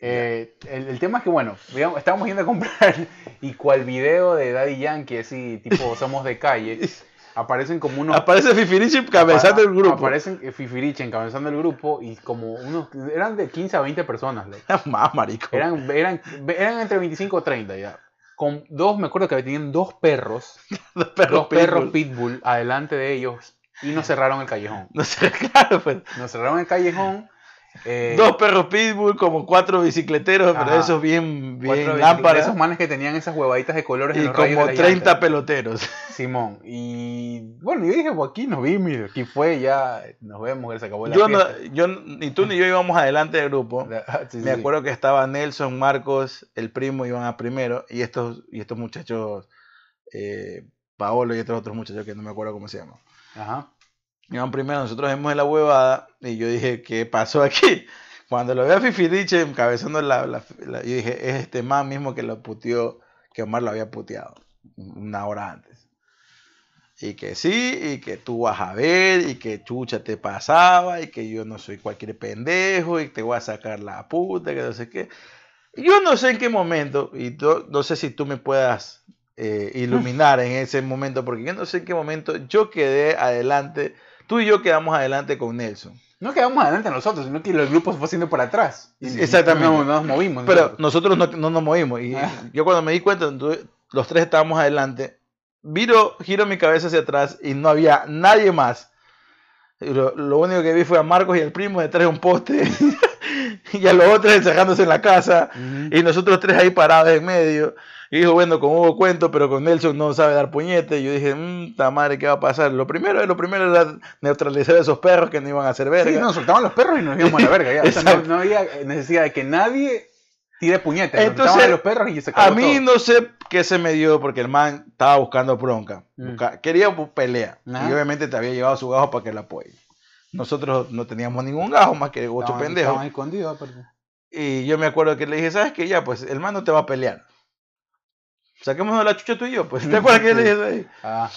Speaker 1: Eh, el, el tema es que, bueno, digamos, estábamos yendo a comprar y cual video de Daddy Yankee, así, tipo, somos de calle, aparecen como unos...
Speaker 2: Aparece Fifirichi cabezando el grupo.
Speaker 1: Aparecen eh, Fifiriche encabezando el grupo y como unos... Eran de 15 a 20 personas, loco.
Speaker 2: Más Ah, marico.
Speaker 1: Eran, eran, eran entre 25 o 30 ya. Con dos, me acuerdo que tenían dos perros,
Speaker 2: dos perros,
Speaker 1: dos perros
Speaker 2: pitbull.
Speaker 1: pitbull adelante de ellos y nos cerraron el callejón.
Speaker 2: No sé, claro, pues.
Speaker 1: Nos cerraron el callejón. eh,
Speaker 2: Dos perros pitbull, como cuatro bicicleteros, pero
Speaker 1: Ajá.
Speaker 2: esos bien,
Speaker 1: cuatro
Speaker 2: bien
Speaker 1: bicicletas,
Speaker 2: lámparas.
Speaker 1: ah, Esos manes que tenían esas huevaditas de colores en
Speaker 2: Y
Speaker 1: los rayos
Speaker 2: como
Speaker 1: de las
Speaker 2: 30
Speaker 1: llantas.
Speaker 2: peloteros.
Speaker 1: Simón. Y bueno, yo dije, pues aquí nos vimos, aquí fue, ya nos vemos, se acabó la
Speaker 2: Yo
Speaker 1: fiesta.
Speaker 2: no, yo, ni tú ni yo íbamos adelante del grupo.
Speaker 1: La- sí, sí,
Speaker 2: Me
Speaker 1: sí.
Speaker 2: acuerdo que estaba Nelson, Marcos, el primo iban a primero y estos, y estos muchachos, eh, Paolo y estos otros muchachos que no me acuerdo cómo se llaman.
Speaker 1: Ajá.
Speaker 2: Iban primero, nosotros vimos en la huevada y yo dije, ¿qué pasó aquí? Cuando lo veo a Fifiriche encabezando la, la- la- Yo dije, es este man mismo que lo puteó, que Omar lo había puteado una hora antes. Y que sí, y que tú vas a ver, y que chucha te pasaba, y que yo no soy cualquier pendejo, y te voy a sacar la puta, que no sé qué. Yo no sé en qué momento, y tú- no sé si tú me puedas eh, iluminar en ese momento, porque yo no sé en qué momento yo quedé adelante, tú y yo quedamos adelante con Nelson.
Speaker 1: No quedamos adelante nosotros, sino que el grupo se fue haciendo para atrás.
Speaker 2: Sí, exactamente.
Speaker 1: No, no nos movimos.
Speaker 2: Pero
Speaker 1: nosotros.
Speaker 2: nosotros no, no nos movimos. Y
Speaker 1: Ah.
Speaker 2: yo cuando me di cuenta, tú- los tres estábamos adelante. Viro, giro mi cabeza hacia atrás y no había nadie más. Y Lo, lo único que vi fue a Marcos y el primo detrás de un poste. y a los otros encerrándose en la casa.
Speaker 1: Ujú.
Speaker 2: Y nosotros tres ahí parados en medio. Y dijo, bueno, con Hugo cuento, pero con Nelson no sabe dar puñete. Y yo dije, mmm, ta madre, ¿qué va a pasar? Lo primero, lo primero era neutralizar a esos perros que no iban a hacer verga.
Speaker 1: Sí, nos soltaban los perros y nos íbamos a la verga. Ya. O sea, no, no había necesidad de que nadie tire puñetes. Nos
Speaker 2: Entonces,
Speaker 1: soltaban a los perros y se
Speaker 2: A
Speaker 1: acabó
Speaker 2: mí
Speaker 1: todo.
Speaker 2: no sé qué se me dio porque el man estaba buscando bronca.
Speaker 1: Mm.
Speaker 2: Busca- quería bu- pelea.
Speaker 1: Ajá.
Speaker 2: Y obviamente te había llevado su gajo para que la apoye. Nosotros no teníamos ningún gajo más que ocho
Speaker 1: Estaban-
Speaker 2: pendejos.
Speaker 1: estaban escondidos, pues. aparte.
Speaker 2: Y yo me acuerdo que le dije, ¿sabes qué? Ya, pues el man no te va a pelear. Saquémonos la chucha tú y yo. Pues, ¿Te acuerdas que yo le dije eso ahí?
Speaker 1: Ah,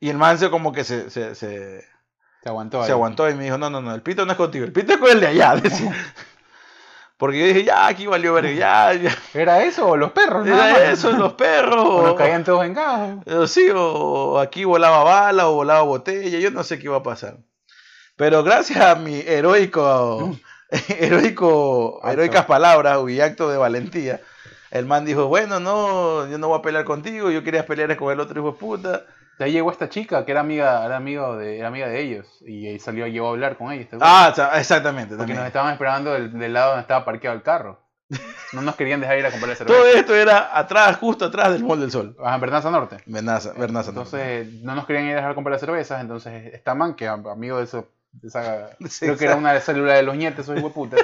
Speaker 2: Y el man se como que se, se, se,
Speaker 1: se aguantó ahí.
Speaker 2: se aguantó y me dijo, no, no, no, el pito no es contigo, el pito es con el de allá. decía. Porque yo dije, ya, aquí valió verga, ya, ya.
Speaker 1: ¿Era eso o los perros? nada
Speaker 2: Era
Speaker 1: más?
Speaker 2: eso, los perros.
Speaker 1: O nos
Speaker 2: o-
Speaker 1: caían todos en gas.
Speaker 2: Eh, Sí, o aquí volaba bala o volaba botella, yo no sé qué iba a pasar. Pero gracias a mi heroico, heroico,
Speaker 1: Acto.
Speaker 2: heroicas palabras y acto de valentía, el man dijo, bueno, no, yo no voy a pelear contigo, yo quería pelear con el otro hijo de puta.
Speaker 1: De ahí llegó esta chica que era amiga, era amigo de, era amiga de ellos. Y ahí salió, llegó a hablar con ellos. ¿te acuerdas?
Speaker 2: Ah, sa- exactamente,
Speaker 1: Porque
Speaker 2: también.
Speaker 1: nos estaban esperando del, del lado donde estaba parqueado el carro. No nos querían dejar ir a comprar cerveza.
Speaker 2: Todo esto era atrás, justo atrás del Mall del Sol.
Speaker 1: Ajá, en Bernaza Norte.
Speaker 2: Bernaza, Bernaza. no.
Speaker 1: Entonces, no nos querían ir a dejar comprar las cervezas. Entonces, esta man, que am- amigo de, eso, de esa.
Speaker 2: Sí,
Speaker 1: creo que era una célula de los nietes, esos hueputas.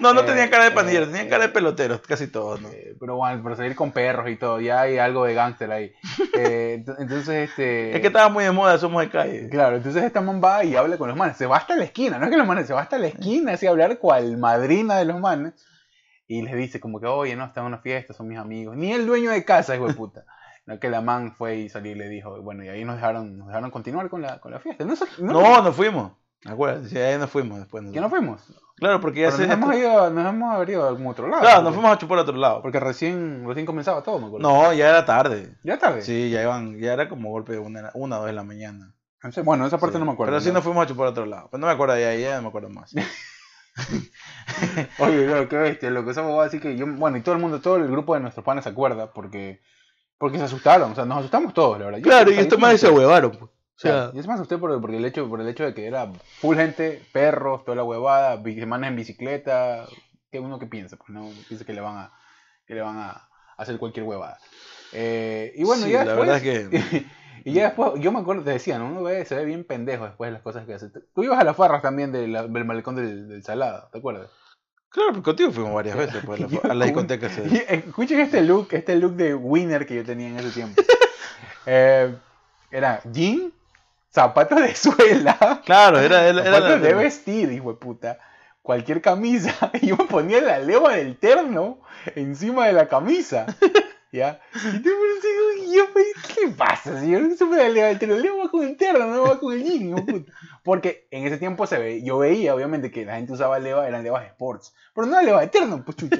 Speaker 2: no, no
Speaker 1: eh,
Speaker 2: tenían cara de pandilleros,
Speaker 1: eh,
Speaker 2: tenían cara de peloteros, casi todos. ¿no?
Speaker 1: Eh, pero bueno, para salir con perros y todo, ya hay algo de gángster ahí. Eh, ent- entonces, este.
Speaker 2: Es que estaba muy de moda, somos de calle.
Speaker 1: Claro, entonces esta man va y habla con los manes. Se va hasta la esquina, no es que los manes, se va hasta la esquina, así a hablar cual madrina de los manes. Y les dice como que, oye, no, están en una fiesta, son mis amigos. Ni el dueño de casa, hijo de puta. No, que la man fue y salió y le dijo, bueno, y ahí nos dejaron, nos dejaron continuar con la, con la fiesta. No, sé- no,
Speaker 2: No, nos fuimos. Acuérdate, sí, ahí nos fuimos después.
Speaker 1: que no fuimos.
Speaker 2: Claro, porque ya
Speaker 1: Pero
Speaker 2: se.
Speaker 1: nos, hemos ido, nos hemos haber ido a algún otro lado.
Speaker 2: Claro,
Speaker 1: porque-
Speaker 2: nos fuimos a chupar a otro lado.
Speaker 1: Porque recién, recién comenzaba todo, me acuerdo.
Speaker 2: No, ya era tarde.
Speaker 1: Ya tarde.
Speaker 2: Sí, ya iban, ya era como golpe de una, una o dos de la mañana.
Speaker 1: Entonces, Bueno, esa parte
Speaker 2: Sí.
Speaker 1: no me acuerdo.
Speaker 2: Pero sí
Speaker 1: ¿no?
Speaker 2: nos fuimos a chupar a otro lado. Pues no me acuerdo de ahí, ya no me acuerdo más.
Speaker 1: Oye, no, qué bestia, lo que esa bobada, así que yo, bueno, y todo el mundo, todo el grupo de nuestros panes se acuerda porque, porque se asustaron, o sea, nos asustamos todos, la verdad. Yo
Speaker 2: claro, y
Speaker 1: también
Speaker 2: estos
Speaker 1: me
Speaker 2: más se
Speaker 1: asusté.
Speaker 2: huevaron. pues. O
Speaker 1: Claro,
Speaker 2: sea,
Speaker 1: yo se me asusté por, porque el hecho, por el hecho de que era full gente, perros, toda la huevada, bi- semanas en bicicleta, que uno que piensa, pues no piensa que le van a, que le van a hacer cualquier huevada. Eh, y bueno,
Speaker 2: Sí,
Speaker 1: ya
Speaker 2: la
Speaker 1: después,
Speaker 2: verdad es que-
Speaker 1: y ya después, yo me acuerdo, te decían, uno ve, se ve bien pendejo después de las cosas que hace. Tú ibas a las farras también de la- del malecón del, del Salado, ¿te acuerdas?
Speaker 2: claro, porque contigo fuimos varias veces pues, a la-
Speaker 1: Yo
Speaker 2: a la
Speaker 1: con-
Speaker 2: discoteca. esa.
Speaker 1: Y escuchen este look, este look de winner que yo tenía en ese tiempo. Eh, era jean, zapatos de suela,
Speaker 2: Claro, era, era, era
Speaker 1: zapatos de vestir, hijo de puta. Cualquier camisa, y yo me ponía la leva del terno encima de la camisa. ¿Ya? Y te pones así, y yo me ¿qué le pasa? Señor? No se pone la leva del terno, la leva va con el terno, no va con el jean, hijo de puta. Porque en ese tiempo se ve, yo veía, obviamente, que la gente usaba leva, eran levas sports. Pero no la leva de terno, pues chucha.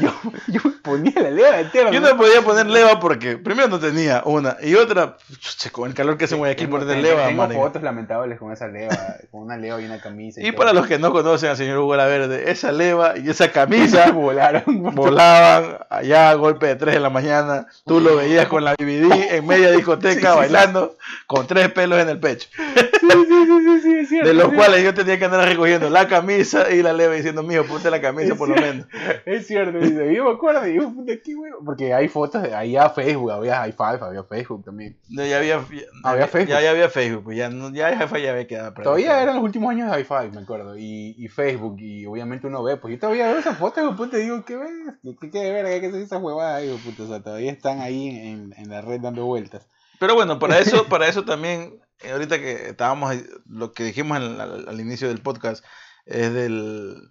Speaker 1: Yo, yo me ponía la leva de terno.
Speaker 2: Yo no podía poner leva porque primero no tenía una y otra, chuche, con el calor que se mueve aquí
Speaker 1: Tengo-
Speaker 2: por poner
Speaker 1: tengo-
Speaker 2: leva.
Speaker 1: Tengo
Speaker 2: marica.
Speaker 1: fotos lamentables con esa leva, con una leva y una camisa.
Speaker 2: Y para los que no conocen al señor Hugo La Verde, esa leva y esa camisa
Speaker 1: que volaron. por
Speaker 2: volaban allá a golpe de 3 de la mañana. Tú lo veías con la DVD en media discoteca
Speaker 1: Sí, sí, sí.
Speaker 2: bailando con tres pelos en el pecho.
Speaker 1: Sí, sí, sí, sí, sí, es cierto,
Speaker 2: De los
Speaker 1: sí.
Speaker 2: cuales yo tenía que andar recogiendo la camisa y la leva diciendo, mijo, ponte la camisa por lo menos.
Speaker 1: Es cierto, dice, yo me acuerdo, y yo, puta, qué huevo. Porque hay fotos, de- había Facebook, había i5, había Facebook también.
Speaker 2: No, ya había, ya,
Speaker 1: Había Facebook.
Speaker 2: Ya, ya había Facebook, pues ya, no- ya, ya fue- ya había quedado. para-
Speaker 1: Todavía eran los últimos años de i5, me acuerdo, y, y Facebook, y obviamente uno ve, pues yo todavía veo esas fotos, hijo de puta, y digo, ¿qué ves? ¿Qué, qué, qué verga? ¿Qué son esas huevadas? hijo de puta? O sea, todavía están ahí en, en la red dando vueltas.
Speaker 2: Pero bueno, para eso, para eso también, eh, ahorita que estábamos, ahí, lo que dijimos en la- al, inicio del podcast es del,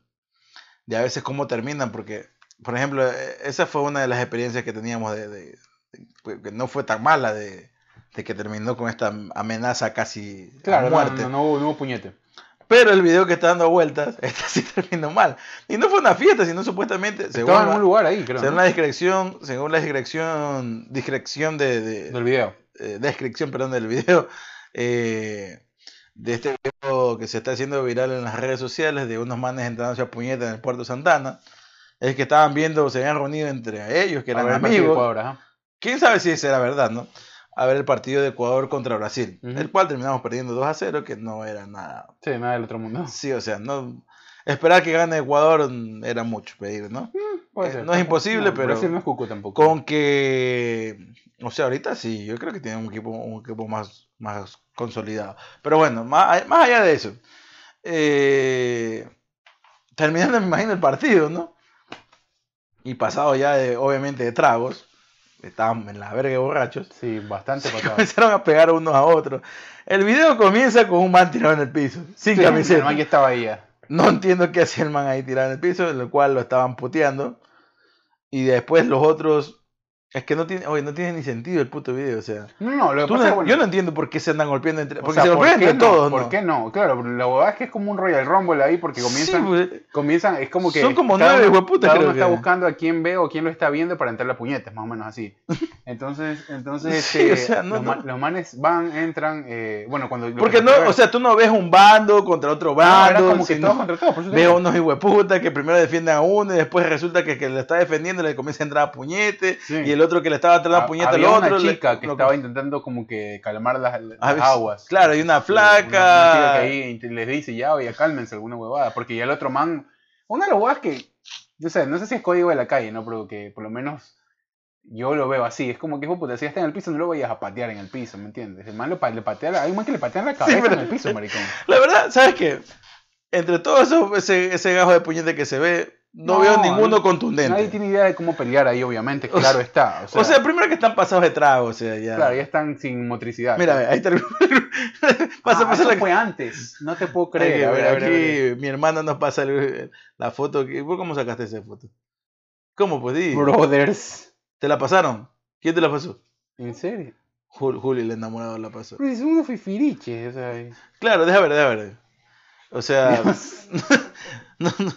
Speaker 2: de a veces cómo terminan, porque, por ejemplo, eh, esa fue una de las experiencias que teníamos de, de- de- que no fue tan mala de, de que terminó con esta amenaza casi a
Speaker 1: Claro, no,
Speaker 2: muerte.
Speaker 1: no, no hubo, no hubo puñete.
Speaker 2: Pero el video que está dando vueltas, esta sí terminó mal. Y no fue una fiesta, sino supuestamente, según,
Speaker 1: Estaba en
Speaker 2: la-
Speaker 1: un lugar ahí, creo,
Speaker 2: según
Speaker 1: ¿no?
Speaker 2: la discreción, según la discreción, discreción de- de,
Speaker 1: del video.
Speaker 2: eh, descripción, perdón, del video, eh, de este video que se está haciendo viral en las redes sociales de unos manes entrándose a puñetas en el puerto Santana, es que estaban viendo, se habían reunido entre ellos, que
Speaker 1: A
Speaker 2: eran
Speaker 1: ver, el partido de
Speaker 2: amigos.
Speaker 1: Ecuador, ajá.
Speaker 2: Quién sabe si será verdad, ¿no? A ver el partido de Ecuador contra Brasil,
Speaker 1: Ujú.
Speaker 2: el cual terminamos perdiendo 2 a 0, que no era nada.
Speaker 1: Sí,
Speaker 2: Eh,
Speaker 1: nada del otro mundo.
Speaker 2: Sí, o sea, no esperar que gane Ecuador mm, era mucho pedir, ¿no?
Speaker 1: Puede
Speaker 2: Eh,
Speaker 1: ser.
Speaker 2: no es imposible,
Speaker 1: No,
Speaker 2: pero-
Speaker 1: Brasil no es cuco tampoco.
Speaker 2: Con que. O sea, ahorita sí, yo creo que tiene un equipo, un equipo más, más consolidado. Pero bueno, más, más allá de eso. eh, terminando, me imagino, el partido, ¿no? Y pasado ya, de, obviamente, de tragos. Estábamos en la verga de borrachos.
Speaker 1: Sí, bastante pasado.
Speaker 2: Comenzaron a pegar unos a otros. El video comienza con un man tirado en el piso, sin
Speaker 1: Sí, mi
Speaker 2: camiseta.
Speaker 1: hermano ya estaba ahí ya.
Speaker 2: No entiendo qué hacía el man ahí tirado en el piso, en lo cual lo estaban puteando. Y después los otros. Es que no tiene, oye, no tiene ni sentido el puto video, o sea.
Speaker 1: No, no, lo que
Speaker 2: tú
Speaker 1: pasa
Speaker 2: no-
Speaker 1: es bueno,
Speaker 2: yo no entiendo por qué se andan golpeando entre.
Speaker 1: o
Speaker 2: Porque
Speaker 1: sea,
Speaker 2: se golpean
Speaker 1: qué
Speaker 2: entre
Speaker 1: no?
Speaker 2: todos,
Speaker 1: ¿Por
Speaker 2: ¿no?
Speaker 1: qué no? Claro, la verdad es que es como un Royal Rumble ahí porque
Speaker 2: Sí,
Speaker 1: comienzan,
Speaker 2: pues,
Speaker 1: comienzan es como que
Speaker 2: Son como
Speaker 1: cada
Speaker 2: nueve
Speaker 1: uno-
Speaker 2: hueputas,
Speaker 1: cada
Speaker 2: creo
Speaker 1: uno está
Speaker 2: que.
Speaker 1: buscando a quién ve o quién lo está viendo para entrar a puñetas, más o menos así. Entonces, entonces
Speaker 2: Sí,
Speaker 1: este,
Speaker 2: o sea, no-
Speaker 1: los, ma-
Speaker 2: no.
Speaker 1: los manes van, entran, eh, bueno, cuando lo
Speaker 2: porque
Speaker 1: que
Speaker 2: no,
Speaker 1: se ve-
Speaker 2: o sea, tú no ves un bando contra otro
Speaker 1: Ah, era
Speaker 2: bando.
Speaker 1: como que
Speaker 2: sino
Speaker 1: todos contra todos, por eso te
Speaker 2: ves
Speaker 1: digo.
Speaker 2: unos hijueputas que primero defienden a uno y después resulta que el que le está defendiendo le comienza a entrar a puñete.
Speaker 1: Sí.
Speaker 2: Y el otro que le estaba entrando a
Speaker 1: Ha-
Speaker 2: puñete al
Speaker 1: había
Speaker 2: otro.
Speaker 1: una
Speaker 2: le-
Speaker 1: chica que
Speaker 2: lo-
Speaker 1: estaba intentando como que calmar las, las
Speaker 2: Ah, ves,
Speaker 1: aguas.
Speaker 2: Claro, hay una
Speaker 1: Sí, una-
Speaker 2: flaca.
Speaker 1: una chica que ahí int- les dice, ya, oye, cálmense alguna huevada. Porque ya el otro man. Una de las huevadas que. Yo sé, no sé si es código de la calle, ¿no? Pero que por lo menos. Yo lo veo así. Es como que, hijo de puta, si ya está en el piso, no lo vayas a patear en el piso, ¿me entiendes? El man lo pa- le patea. la- Hay un man que le patea la cabeza
Speaker 2: pero-
Speaker 1: en el piso, maricón.
Speaker 2: La verdad, ¿sabes qué? Entre todo eso, ese, ese gajo de puñete que se ve, no,
Speaker 1: No,
Speaker 2: veo ninguno
Speaker 1: no-
Speaker 2: contundente.
Speaker 1: Nadie tiene idea de cómo pelear ahí, obviamente.
Speaker 2: O
Speaker 1: Claro
Speaker 2: sea-
Speaker 1: está. O sea,
Speaker 2: O sea, primero que están pasados de trago, o sea, ya.
Speaker 1: claro, ya están sin motricidad.
Speaker 2: Mira, a ver, ahí termina. pasa,
Speaker 1: Ah,
Speaker 2: pasa
Speaker 1: eso
Speaker 2: la
Speaker 1: fue antes. No te puedo
Speaker 2: Aquí,
Speaker 1: creer. A ver, a ver, a
Speaker 2: aquí
Speaker 1: ver.
Speaker 2: mi hermana nos pasa el- la foto. que- ¿Vos cómo sacaste esa foto? ¿Cómo pues? di?
Speaker 1: Brothers.
Speaker 2: ¿Te la pasaron? ¿Quién te la pasó?
Speaker 1: ¿En serio?
Speaker 2: Jul- Julio, el enamorado, la pasó.
Speaker 1: Pero es uno fifiriche, o sea. es-
Speaker 2: Claro, déjame ver, déjame ver. O sea, no, no.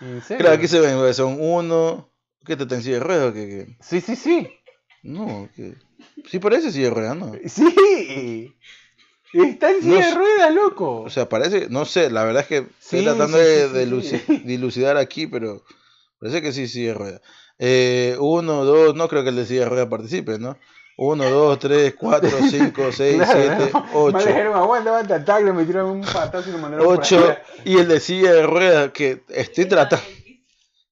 Speaker 1: ¿En serio?
Speaker 2: Claro, aquí se ven, güey, son uno. ¿Qué te está en silla de ruedas o qué? qué?
Speaker 1: Sí, sí, sí.
Speaker 2: No, que... sí parece silla de ruedas, ¿no?
Speaker 1: Sí. Está en silla
Speaker 2: No
Speaker 1: de
Speaker 2: sé.
Speaker 1: ruedas, loco.
Speaker 2: O sea, parece, no sé, la verdad es que estoy
Speaker 1: Sí,
Speaker 2: tratando
Speaker 1: sí, sí,
Speaker 2: de
Speaker 1: sí,
Speaker 2: deluci-
Speaker 1: sí.
Speaker 2: dilucidar aquí, pero parece que sí silla de ruedas. Eh, uno, dos, no creo que el de silla de ruedas participe, ¿no? Uno, dos, tres, cuatro, cinco, seis,
Speaker 1: Claro,
Speaker 2: siete,
Speaker 1: ¿no? Me
Speaker 2: ocho.
Speaker 1: dijeron, aguanta, aguanta, ataque, me tiraron un patazo y lo mandaron por
Speaker 2: Ocho,
Speaker 1: allá.
Speaker 2: y el de silla de ruedas, que estoy tratando.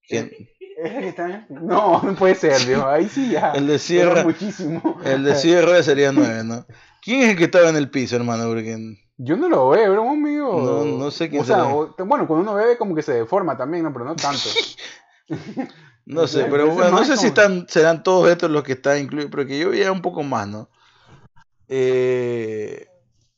Speaker 2: que-
Speaker 1: ¿Es el que está bien? No, no puede ser, Dios. Ahí sí ya.
Speaker 2: El de
Speaker 1: Era
Speaker 2: sierra-
Speaker 1: muchísimo.
Speaker 2: El de silla de ruedas sería nueve, ¿no? ¿Quién es el que estaba en el piso, hermano? Porque...
Speaker 1: Yo no lo veo, era un amigo.
Speaker 2: No, no sé quién
Speaker 1: o sea,
Speaker 2: será.
Speaker 1: o- bueno, cuando uno bebe como que se deforma también, ¿no? Pero no tanto.
Speaker 2: No sé,
Speaker 1: Exacto,
Speaker 2: pero
Speaker 1: ese
Speaker 2: bueno, no
Speaker 1: man
Speaker 2: sé si
Speaker 1: como-
Speaker 2: están, serán todos estos los que están incluidos, pero que yo veía un poco más, ¿no? Eh,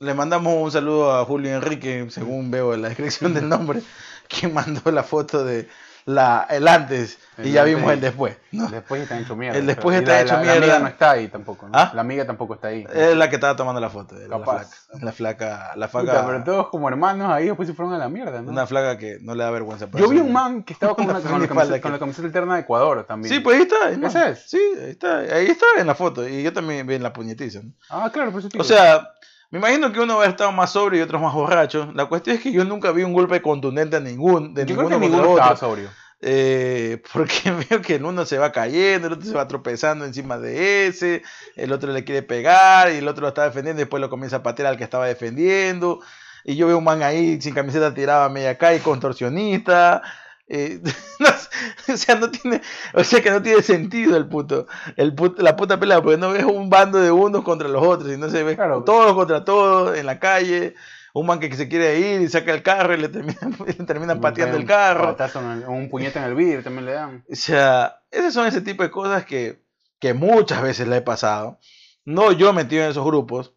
Speaker 2: le mandamos un saludo a Julio Enrique, según veo en la descripción del nombre, que mandó la foto de la, el antes y
Speaker 1: El
Speaker 2: ya
Speaker 1: antes.
Speaker 2: vimos el después, ¿no?
Speaker 1: Después está hecho mierda.
Speaker 2: El después
Speaker 1: Y
Speaker 2: está
Speaker 1: la-
Speaker 2: hecho
Speaker 1: la- La
Speaker 2: mierda.
Speaker 1: amiga no está ahí tampoco, ¿no?
Speaker 2: ¿Ah? Eh,
Speaker 1: La amiga tampoco está ahí.
Speaker 2: Es la que estaba tomando la foto, era la
Speaker 1: Capaz.
Speaker 2: flaca, la flaca, la
Speaker 1: Puta,
Speaker 2: flaca,
Speaker 1: pero todos como hermanos ahí después se fueron a la mierda, ¿no?
Speaker 2: una flaca que no le da vergüenza.
Speaker 1: Yo vi
Speaker 2: parecer.
Speaker 1: un man que estaba con,
Speaker 2: Una
Speaker 1: una, con, la,
Speaker 2: minifalda
Speaker 1: camiseta,
Speaker 2: que-
Speaker 1: con la camiseta alterna de Ecuador también.
Speaker 2: Sí, pues ahí está, ahí,
Speaker 1: ¿Ese es?
Speaker 2: sí, ahí está, ahí está en la foto y yo también vi en la puñetiza, ¿no?
Speaker 1: Ah, claro, por eso te
Speaker 2: O
Speaker 1: digo.
Speaker 2: sea, me imagino que uno va a estar más sobrio y otro más borracho. La cuestión es que yo nunca vi un golpe contundente a ningún, de
Speaker 1: yo creo que
Speaker 2: ninguno contra
Speaker 1: ninguno estaba
Speaker 2: otro.
Speaker 1: sobrio.
Speaker 2: Eh, porque veo que el uno se va cayendo, el otro se va tropezando encima de ese, el otro le quiere pegar y el otro lo está defendiendo y después lo comienza a patear al que estaba defendiendo. Y yo veo un man ahí sin camiseta tirada a media calle, contorsionista. Eh, no sé, o sea, no tiene, o sea que no tiene sentido el puto, el put- la puta pelea, porque no ves un bando de unos contra los otros, sino se ve
Speaker 1: Claro.
Speaker 2: todos contra todos en la calle, un man que se quiere ir y saca el carro y le terminan, le terminan pateando el
Speaker 1: Un
Speaker 2: carro.
Speaker 1: patazo en el- un puñete en el vidrio también le dan.
Speaker 2: O sea, esas son ese tipo de cosas que, que muchas veces le he pasado. No yo metido en esos grupos,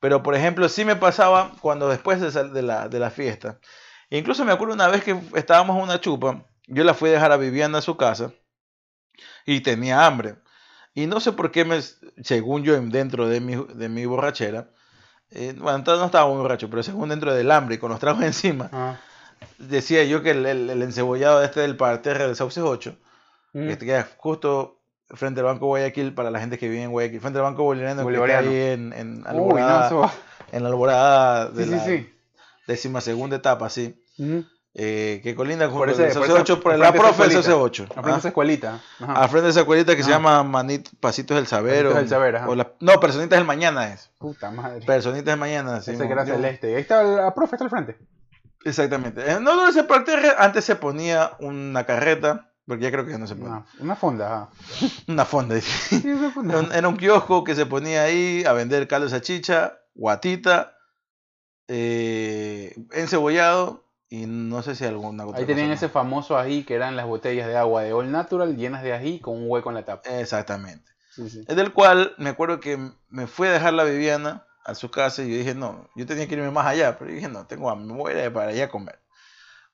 Speaker 2: pero por ejemplo, sí me pasaba cuando después de, sal- de la, de la fiesta. Incluso me acuerdo una vez que estábamos en una chupa, yo la fui a dejar a Viviana a su casa y tenía hambre. Y no sé por qué, me, según yo, dentro de mi, de mi borrachera, eh, bueno, entonces no estaba muy borracho, pero según dentro del hambre y con los tragos encima,
Speaker 1: Ah.
Speaker 2: decía yo que el, el, el encebollado este del parterre del Sauces 8
Speaker 1: Mm.
Speaker 2: que te queda justo frente al Banco Guayaquil, para la gente que vive en Guayaquil, frente al Banco Bolivariano, que está
Speaker 1: Bolivariano.
Speaker 2: ahí en, en
Speaker 1: Uy, no,
Speaker 2: Alborada,
Speaker 1: eso va.
Speaker 2: en la Alborada de
Speaker 1: Sí, sí,
Speaker 2: la
Speaker 1: sí.
Speaker 2: décima segunda etapa, sí,
Speaker 1: Mm.
Speaker 2: eh, que colinda con
Speaker 1: Por
Speaker 2: el
Speaker 1: ese- por esa-
Speaker 2: 8 por el
Speaker 1: frente a
Speaker 2: la
Speaker 1: esa
Speaker 2: profe del
Speaker 1: escuelita.
Speaker 2: 8
Speaker 1: Aprende esa escuelita. Ajá.
Speaker 2: Ah, al frente de esa cuerita que se
Speaker 1: Ajá.
Speaker 2: llama Manit, Pasitos del Saber,
Speaker 1: Pasitos
Speaker 2: o-
Speaker 1: del Saber, ajá.
Speaker 2: o la- no, Personitas del Mañana es,
Speaker 1: Puta madre.
Speaker 2: Personitas del Mañana, sí,
Speaker 1: Ese que
Speaker 2: mon-
Speaker 1: era
Speaker 2: yo-
Speaker 1: celeste. Ahí está la profe, está al frente.
Speaker 2: exactamente, Eh, no, no, ese parterre antes se ponía una carreta Porque ya creo que ya no se pone.
Speaker 1: Una, una fonda.
Speaker 2: Una fonda, dice.
Speaker 1: Sí, una fonda.
Speaker 2: Era un- Era un kiosco que se ponía ahí a vender caldo de salchicha, guatita, eh, encebollado y no sé si alguna otra
Speaker 1: Ahí
Speaker 2: cosa
Speaker 1: tenían
Speaker 2: más.
Speaker 1: ese famoso ají que eran las botellas de agua de All Natural llenas de ají con un hueco en la tapa.
Speaker 2: Exactamente.
Speaker 1: Sí, sí.
Speaker 2: Es del cual me acuerdo que m- me fui a dejar la Viviana a su casa y yo dije, no, yo tenía que irme más allá, pero yo dije, no, tengo hambre, me voy a ir para allá a comer.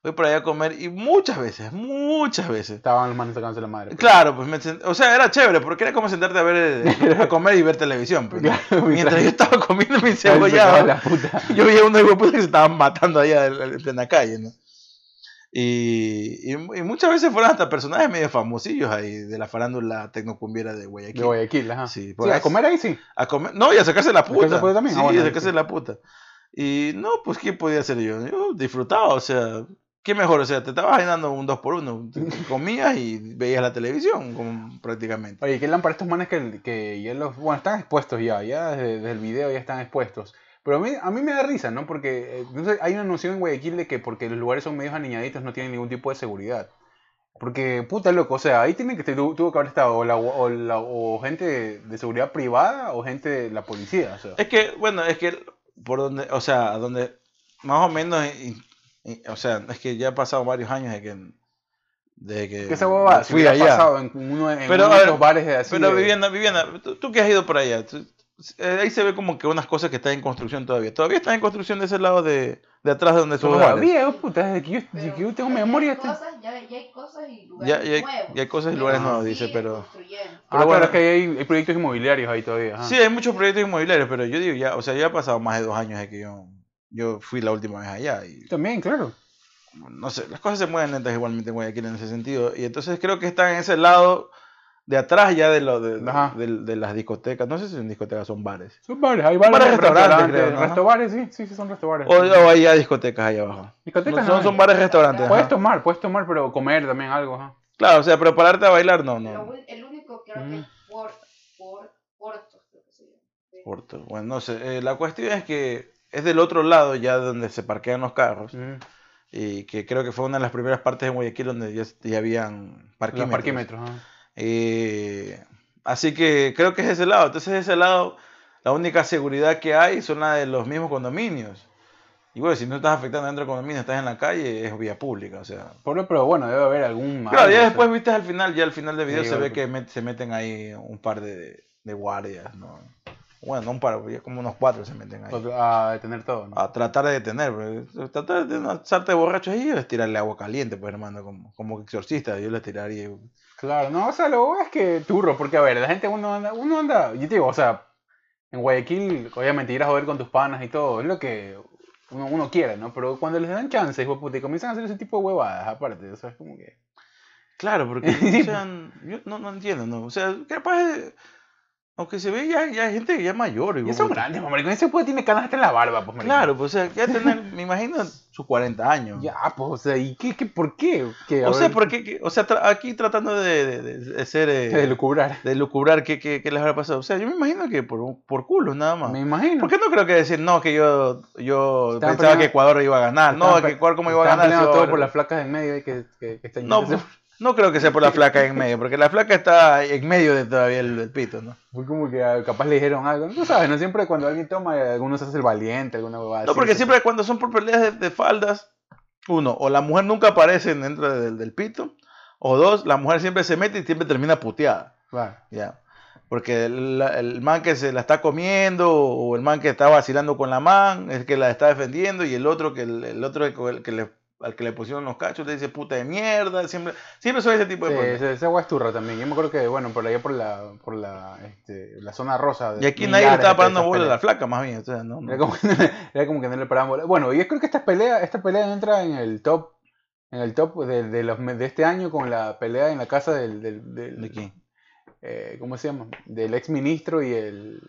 Speaker 2: Voy para allá a comer y muchas veces, muchas veces.
Speaker 1: Estaban los manos sacándose la madre. pues.
Speaker 2: Claro, pues me sent- o sea, era chévere, porque era como sentarte a ver, el- a comer y ver televisión. pues, ¿no?
Speaker 1: Claro,
Speaker 2: Mientras yo estaba comiendo mi
Speaker 1: Ahí se acaba
Speaker 2: cebollado,
Speaker 1: la puta.
Speaker 2: yo vi a unos hueputas que se estaban matando allá en, en plena calle, ¿no? Y, y, y muchas veces fueron hasta personajes medio famosillos ahí de la farándula tecnocumbiera de Guayaquil.
Speaker 1: De Guayaquil, ajá.
Speaker 2: Sí,
Speaker 1: Sí,
Speaker 2: por
Speaker 1: a
Speaker 2: ahí.
Speaker 1: comer ahí sí.
Speaker 2: A comer- no, y a sacarse la puta.
Speaker 1: ¿Sacarse la puta también?
Speaker 2: Sí,
Speaker 1: Ah, bueno,
Speaker 2: a sacarse
Speaker 1: sí.
Speaker 2: la puta. Y no, pues, ¿qué podía hacer yo? Yo disfrutaba, o sea, ¿qué mejor? O sea, te estabas llenando un dos por uno. Te- te Comías y veías la televisión, como prácticamente.
Speaker 1: Oye, ¿qué eran para estos manes que, que ya los... Bueno, están expuestos ya, ya desde, desde el video ya están expuestos. Pero a mí, a mí me da risa, ¿no? Porque eh, no sé, hay una noción en Guayaquil de que porque los lugares son medios aniñaditos no tienen ningún tipo de seguridad. Porque, puta loco, o sea, ahí tienen que... tu- tuvo que haber estado o, la, o, la- o gente de, de seguridad privada o gente de la policía, o sea.
Speaker 2: Es que, bueno, es que por donde, o sea, donde más o menos, y- y- o sea, es que ya han pasado varios años de que, de que,
Speaker 1: Que esa huevada se
Speaker 2: fui
Speaker 1: hubiera
Speaker 2: allá.
Speaker 1: pasado en uno, en
Speaker 2: Pero,
Speaker 1: uno
Speaker 2: a
Speaker 1: de
Speaker 2: ver,
Speaker 1: los bares de así.
Speaker 2: Pero
Speaker 1: de-
Speaker 2: Viviana, Viviana, tú, tú que has ido para allá, tú- eh, ahí se ve como que unas cosas que están en construcción todavía. Todavía están en construcción de ese lado de, de atrás de donde son los bares.
Speaker 1: Todavía, oh, puta, desde que yo, desde
Speaker 3: Pero
Speaker 1: que yo tengo
Speaker 3: ya hay
Speaker 1: memoria... este-
Speaker 3: Cosas, ya, ya hay cosas y lugares
Speaker 2: Ya, ya, hay-
Speaker 3: nuevos.
Speaker 2: ya hay cosas y lugares
Speaker 1: Ah.
Speaker 2: nuevos,
Speaker 3: Sí,
Speaker 2: dice, pero...
Speaker 3: construyendo.
Speaker 1: Ah,
Speaker 2: Pero bueno.
Speaker 1: claro, es que ahí hay, hay proyectos inmobiliarios ahí todavía. ajá.
Speaker 2: Sí, hay muchos proyectos inmobiliarios, pero yo digo ya, o sea, ya ha pasado más de dos años de que yo, yo fui la última vez allá y
Speaker 1: También, claro.
Speaker 2: no sé, las cosas se mueven lentas igualmente en Guayaquil en ese sentido. Y entonces creo que están en ese lado de atrás ya de, lo, de,
Speaker 1: Ajá.
Speaker 2: de- de las discotecas. No sé si son discotecas, son bares.
Speaker 1: Son bares, hay
Speaker 2: Bares,
Speaker 1: bares,
Speaker 2: restaurantes,
Speaker 1: restaurantes,
Speaker 2: creo, ¿no?
Speaker 1: Restobares, sí, sí, sí, son restaurantes.
Speaker 2: O, o hay ya discotecas ahí abajo.
Speaker 1: Discotecas
Speaker 2: son,
Speaker 1: no
Speaker 2: son
Speaker 1: hay.
Speaker 2: bares restaurantes.
Speaker 1: Puedes
Speaker 2: ajá.
Speaker 1: tomar, puedes tomar, pero comer también algo, ajá.
Speaker 2: Claro, o sea, pero pararte a bailar, no,
Speaker 3: Lo
Speaker 2: no.
Speaker 3: ul- el único creo que
Speaker 1: Mm.
Speaker 3: es por, por, Porto, creo que se llama. Sí.
Speaker 2: Porto. Bueno, no sé. eh, la cuestión es que es del otro lado ya donde se parquean los carros.
Speaker 1: Mm.
Speaker 2: Y que creo que fue una de las primeras partes en Guayaquil donde ya, ya habían
Speaker 1: Los
Speaker 2: parquímetros.
Speaker 1: parquímetros, ajá.
Speaker 2: Eh, así que creo que es ese lado. Entonces, ese lado, la única seguridad que hay son la de los mismos condominios. Y bueno, si no estás afectando dentro del condominio, estás en la calle, es vía pública. O sea,
Speaker 1: Por- pero bueno, debe haber algún.
Speaker 2: claro,
Speaker 1: algo,
Speaker 2: ya
Speaker 1: o sea.
Speaker 2: después viste al final, ya al final del video
Speaker 1: Ah, Sí,
Speaker 2: se ve
Speaker 1: bueno.
Speaker 2: que met- se meten ahí un par de, de guardias. ¿no? Bueno, no un par, ya como unos cuatro se meten ahí.
Speaker 1: A ah, detener todo, ¿no?
Speaker 2: A tratar de detener, pero tratar de no echarte borracho ahí, es tirarle agua caliente, pues hermano, como, como exorcista, yo le tiraría.
Speaker 1: Claro, no, o sea, lo es que turro, porque a ver, la gente, uno anda, uno anda, yo te digo, o sea, en Guayaquil, obviamente, ir a joder con tus panas y todo, es lo que uno, uno quiere, ¿no? Pero cuando les dan chances, hijo de puta, y comienzan a hacer ese tipo de huevadas, aparte, o sea, es como que.
Speaker 2: Claro, porque
Speaker 1: pues.
Speaker 2: o sea, yo no, no entiendo, ¿no? O sea, capaz, eh, aunque se ve ya, ya hay gente que ya pues, es mayor. y
Speaker 1: Y son
Speaker 2: huevón.
Speaker 1: grandes, mamá, ese puede tiene canas hasta en la barba, pues, maricón.
Speaker 2: Claro, pues, o sea, ya tener, me imagino, sus 40 años.
Speaker 1: Ya, pues, o sea, ¿y qué, qué, por qué? Que, a
Speaker 2: O sea,
Speaker 1: ver,
Speaker 2: porque, que- o sea, tra- aquí tratando de, de- de- de ser, eh,
Speaker 1: De lucubrar.
Speaker 2: de lucubrar qué, qué- qué les habrá pasado. O sea, yo me imagino que por, por culos nada más.
Speaker 1: Me imagino.
Speaker 2: ¿Por qué no creo que decir, no, que yo, yo
Speaker 1: Estaban
Speaker 2: pensaba que
Speaker 1: peleando-
Speaker 2: Ecuador iba a ganar? No,
Speaker 1: Estaban
Speaker 2: que
Speaker 1: pe-
Speaker 2: Ecuador cómo iba a
Speaker 1: Estaban
Speaker 2: ganar. si
Speaker 1: peleando
Speaker 2: iba a
Speaker 1: todo
Speaker 2: ganar?
Speaker 1: por las flacas en medio y que, que, que están
Speaker 2: No, pues. no creo que sea por la flaca en medio, porque la flaca está en medio de todavía el, el pito, ¿no?
Speaker 1: Fue como que ah, capaz le dijeron algo. No sabes, no siempre cuando alguien toma, eh, alguno se hace el valiente, alguna huevada.
Speaker 2: No,
Speaker 1: así,
Speaker 2: porque
Speaker 1: se-
Speaker 2: siempre cuando son por peleas de, de faldas, uno, o la mujer nunca aparece dentro del, del pito, o dos, la mujer siempre se mete y siempre termina puteada,
Speaker 1: Claro.
Speaker 2: ya. Porque el, la- el man que se la está comiendo, o el man que está vacilando con la man, es que la está defendiendo, y el otro que, el, el otro que, el que le, al que le pusieron los cachos le dice puta de mierda, siempre, siempre son ese tipo de
Speaker 1: Sí,
Speaker 2: problemas.
Speaker 1: ese- ese agua es turra también. Yo me acuerdo que, bueno, por allá por la, por la, este, la zona rosa. de
Speaker 2: Y aquí nadie le
Speaker 1: millares
Speaker 2: estaba
Speaker 1: de
Speaker 2: parando
Speaker 1: esas
Speaker 2: bola a
Speaker 1: peleas.
Speaker 2: la flaca, más bien. o sea, no, no.
Speaker 1: Era como, era como que no le paraban bola. Bueno, yo creo que esta pelea, esta pelea entra en el top, en el top de, de los, me- de este año con la pelea en la casa del, del, del-
Speaker 2: ¿De quién?
Speaker 1: eh, ¿cómo se llama? Del ex ministro y el.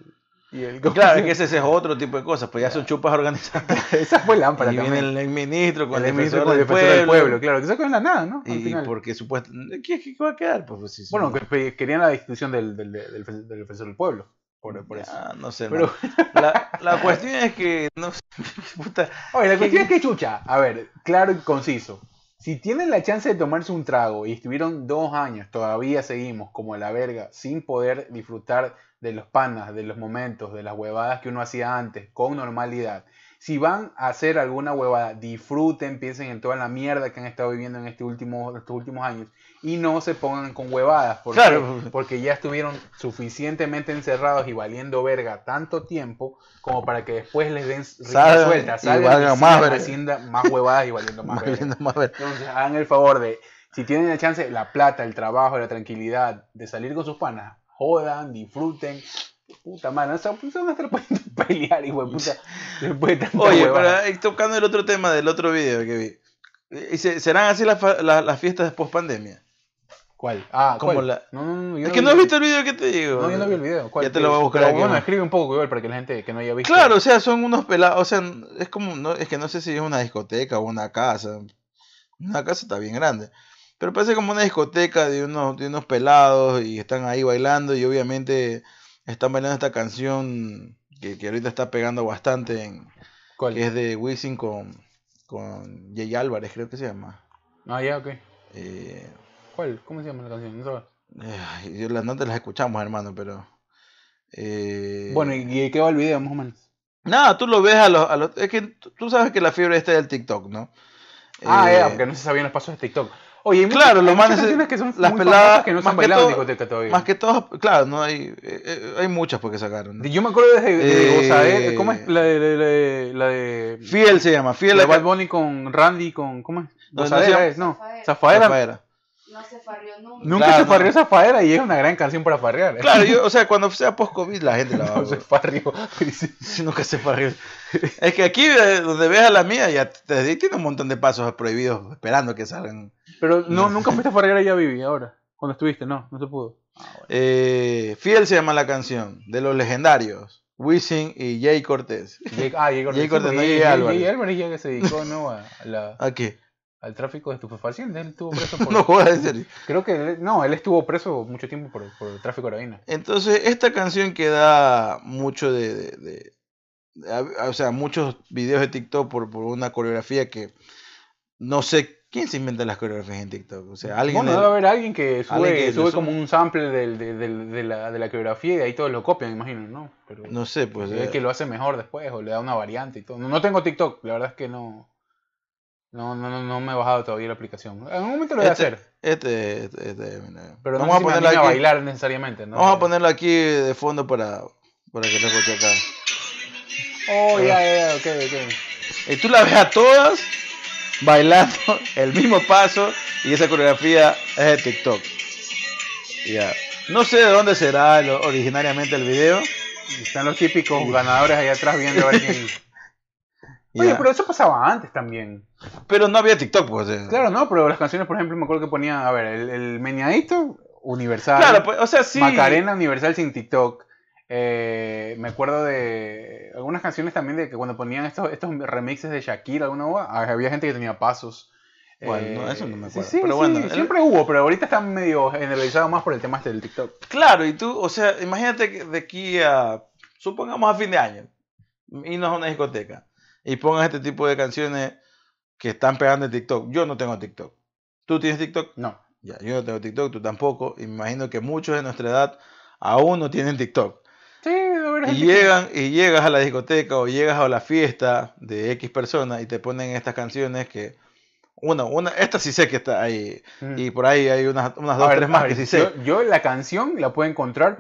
Speaker 1: Y el
Speaker 2: Y Claro, es que ese, ese es otro tipo de cosas, pues ya son chupas organizadas.
Speaker 1: Esa fue lámpara
Speaker 2: y
Speaker 1: también.
Speaker 2: viene el, ministro con el,
Speaker 1: ex ministro
Speaker 2: defensor
Speaker 1: con el
Speaker 2: del
Speaker 1: defensor del
Speaker 2: pueblo.
Speaker 1: pueblo, claro. Que eso quedó en la nada, ¿no? Al
Speaker 2: Y, y
Speaker 1: final.
Speaker 2: porque supuestamente. ¿Qué, qué, qué va a quedar? Pues, pues, sí, sí,
Speaker 1: Bueno,
Speaker 2: no.
Speaker 1: que pe- querían la destitución del, del, del, del defensor del pueblo. Por, por eso.
Speaker 2: Ya, no sé.
Speaker 1: Pero-
Speaker 2: hermano. La, la cuestión es que. No sé, puta,
Speaker 1: Oye, la cuestión es que chucha. A ver, claro y conciso. Si tienen la chance de tomarse un trago y estuvieron dos años, todavía seguimos como la verga, sin poder disfrutar de los panas, de los momentos, de las huevadas que uno hacía antes, con normalidad. Si van a hacer alguna huevada, disfruten, piensen en toda la mierda que han estado viviendo en este último, estos últimos años y no se pongan con huevadas. ¿Por qué?
Speaker 2: Claro.
Speaker 1: Porque ya estuvieron suficientemente encerrados y valiendo verga tanto tiempo como para que después les den rienda
Speaker 2: Salgan
Speaker 1: suelta,
Speaker 2: y
Speaker 1: salgan y
Speaker 2: valgan más
Speaker 1: sigan
Speaker 2: verga.
Speaker 1: haciendo más huevadas y valiendo más verga.
Speaker 2: Valiendo más verga.
Speaker 1: Entonces, hagan el favor de, si tienen la chance, la plata, el trabajo, la tranquilidad, de salir con sus panas, jodan, disfruten. Puta madre, no se no se van a estar poniendo a pelear, hijo de puta. Después de tanta
Speaker 2: Oye,
Speaker 1: huevada.
Speaker 2: para, eh, tocando el otro tema del otro video que vi. Eh, se- ¿Serán así las, fa- la- las fiestas post pandemia?
Speaker 1: ¿Cuál? Ah,
Speaker 2: como
Speaker 1: ¿cuál?
Speaker 2: la-
Speaker 1: No, no, no. yo
Speaker 2: Es que
Speaker 1: vi-
Speaker 2: no has visto el video que te digo.
Speaker 1: No, yo no vi el video. ¿Cuál?
Speaker 2: Ya te lo voy a buscar
Speaker 1: Pero
Speaker 2: aquí,
Speaker 1: Bueno,
Speaker 2: ¿no?
Speaker 1: escribe un poco, igual, para que la gente que no haya visto.
Speaker 2: Claro, o sea, son unos pelados, o sea, es como, no, es que no sé si es una discoteca o una casa, una casa está bien grande, pero parece como una discoteca de unos, de unos pelados y están ahí bailando y obviamente están bailando esta canción que, que ahorita está pegando bastante, en-
Speaker 1: ¿Cuál?
Speaker 2: que es de Wisin con, con Jay Álvarez, creo que se llama.
Speaker 1: Ah, ya, ok.
Speaker 2: Eh,
Speaker 1: ¿Cuál? ¿Cómo se llama la canción? No sabes.
Speaker 2: ay, yo las notas las escuchamos, hermano, pero... eh,
Speaker 1: Bueno, ¿y y qué va el video, más o menos?
Speaker 2: Nada, tú lo ves a los, a los- Es que tú tú sabes que la fiebre esta del TikTok, ¿no?
Speaker 1: Ah,
Speaker 2: Eh,
Speaker 1: ya, porque no se sabían los pasos de TikTok. Oye, hay muchas-
Speaker 2: Claro, lo
Speaker 1: hay
Speaker 2: más
Speaker 1: muchas
Speaker 2: es-
Speaker 1: canciones que son
Speaker 2: las
Speaker 1: muy
Speaker 2: peladas,
Speaker 1: famosas que no se
Speaker 2: más
Speaker 1: han
Speaker 2: que
Speaker 1: bailado en
Speaker 2: todo-
Speaker 1: discoteca todavía.
Speaker 2: Más que todas, claro, no hay, eh, eh, hay muchas porque sacaron. ¿no?
Speaker 1: Yo me acuerdo de, de
Speaker 2: Eh,
Speaker 1: Gozael, ¿cómo es? La de, la de- la de,
Speaker 2: Fiel se llama,
Speaker 1: la
Speaker 2: Fiel
Speaker 1: de
Speaker 2: la
Speaker 1: Bad Bunny con Randy, con, ¿cómo es?
Speaker 2: No, no
Speaker 1: Gozadera
Speaker 2: se llama-
Speaker 1: es, no. Zafaera.
Speaker 3: Zafaera.
Speaker 2: Zafaera.
Speaker 3: No se farrió nunca.
Speaker 1: Nunca
Speaker 2: Claro,
Speaker 1: se farrió
Speaker 2: no.
Speaker 1: Zafaera y es una gran canción para farrear. ¿eh?
Speaker 2: Claro, yo, o sea, cuando sea post-COVID la gente la va a
Speaker 1: No se farrió. Dice,
Speaker 2: Sí, nunca se farrió. Es que aquí, eh, donde ves a la mía, ya te- desde ahí tiene un montón de pasos prohibidos esperando que salgan.
Speaker 1: Pero no,
Speaker 2: No.
Speaker 1: nunca fuiste a farrear allá, Vivi, ahora. Cuando estuviste, no, no se pudo.
Speaker 2: Eh, Fiel se llama la canción, de los legendarios, Wisin y Jay Cortés.
Speaker 1: Jake- ah, Jake Ortiz,
Speaker 2: Jake Ortiz,
Speaker 1: porque
Speaker 2: no, Jake
Speaker 1: Jake-
Speaker 2: Álvarez.
Speaker 1: Jake Álvarez ya que se dedicó ¿no? a la-
Speaker 2: Aquí,
Speaker 1: al tráfico de estupefacientes. Él estuvo preso por.
Speaker 2: no jodas, en serio.
Speaker 1: Creo que. él- no, él estuvo preso mucho tiempo por, por tráfico de heroína.
Speaker 2: Entonces, esta canción que da mucho de, de- de- de- a- a- o sea, muchos videos de TikTok por, por una coreografía que no sé quién se inventa las coreografías en TikTok. O sea, alguien.
Speaker 1: Bueno,
Speaker 2: le-
Speaker 1: debe haber alguien que sube,
Speaker 2: alguien que le
Speaker 1: sube
Speaker 2: sube.
Speaker 1: como un sample del- del- del- de, la, de la coreografía y ahí todos lo copian, imagino, ¿no? Pero
Speaker 2: No sé, pues.
Speaker 1: es
Speaker 2: eh,
Speaker 1: que lo hace mejor después o le da una variante y todo. No, no tengo TikTok, la verdad es que no. No, no, no, no me he bajado todavía la aplicación. En algún momento lo voy a
Speaker 2: Este-
Speaker 1: hacer,
Speaker 2: Este, este- este, mira.
Speaker 1: pero no
Speaker 2: vamos
Speaker 1: sé si me
Speaker 2: a ponerla
Speaker 1: anime a
Speaker 2: aquí.
Speaker 1: bailar necesariamente, ¿no?
Speaker 2: Vamos a ponerla aquí de fondo para, para que la escuche acá.
Speaker 1: Oh, ya, ya, ya, ok, ok.
Speaker 2: Y tú la ves a todas bailando el mismo paso y esa coreografía es de TikTok. Ya. No sé de dónde será lo- originariamente el video.
Speaker 1: Están los típicos ganadores ahí atrás viendo a ver quién. Oye,
Speaker 2: ya.
Speaker 1: pero eso pasaba antes también.
Speaker 2: Pero no había TikTok, pues. o sea.
Speaker 1: Claro, no, pero las canciones, por ejemplo, me acuerdo que ponía, a ver, el, el meneadito universal.
Speaker 2: Claro, pues, o sea, sí.
Speaker 1: Macarena Universal sin TikTok. Eh, me acuerdo de algunas canciones también de que cuando ponían estos, estos remixes de Shakira, alguna hueá, había gente que tenía pasos. Eh,
Speaker 2: Bueno, no, eso no me
Speaker 1: sí,
Speaker 2: acuerdo,
Speaker 1: Sí,
Speaker 2: pero
Speaker 1: sí,
Speaker 2: bueno, el-
Speaker 1: siempre hubo, pero ahorita están medio generalizado más por el tema este del TikTok.
Speaker 2: Claro, y tú, o sea, imagínate que de aquí a, supongamos a fin de año, irnos a una discoteca y pongas este tipo de canciones que están pegando en TikTok. Yo no tengo TikTok. ¿Tú tienes TikTok?
Speaker 1: No,
Speaker 2: Ya, yo no tengo TikTok, tú tampoco. Y me imagino que muchos de nuestra edad aún no tienen TikTok.
Speaker 1: sí, debe haber
Speaker 2: Y
Speaker 1: gente que-
Speaker 2: llegan, y llegas a la discoteca o llegas a la fiesta de X personas y te ponen estas canciones que. Una, una, esta sí sé que está ahí.
Speaker 1: Mm.
Speaker 2: Y por ahí hay unas, unas
Speaker 1: A
Speaker 2: dos,
Speaker 1: ver,
Speaker 2: tres
Speaker 1: a
Speaker 2: más
Speaker 1: ver,
Speaker 2: que sí sé.
Speaker 1: yo, yo la canción la puedo encontrar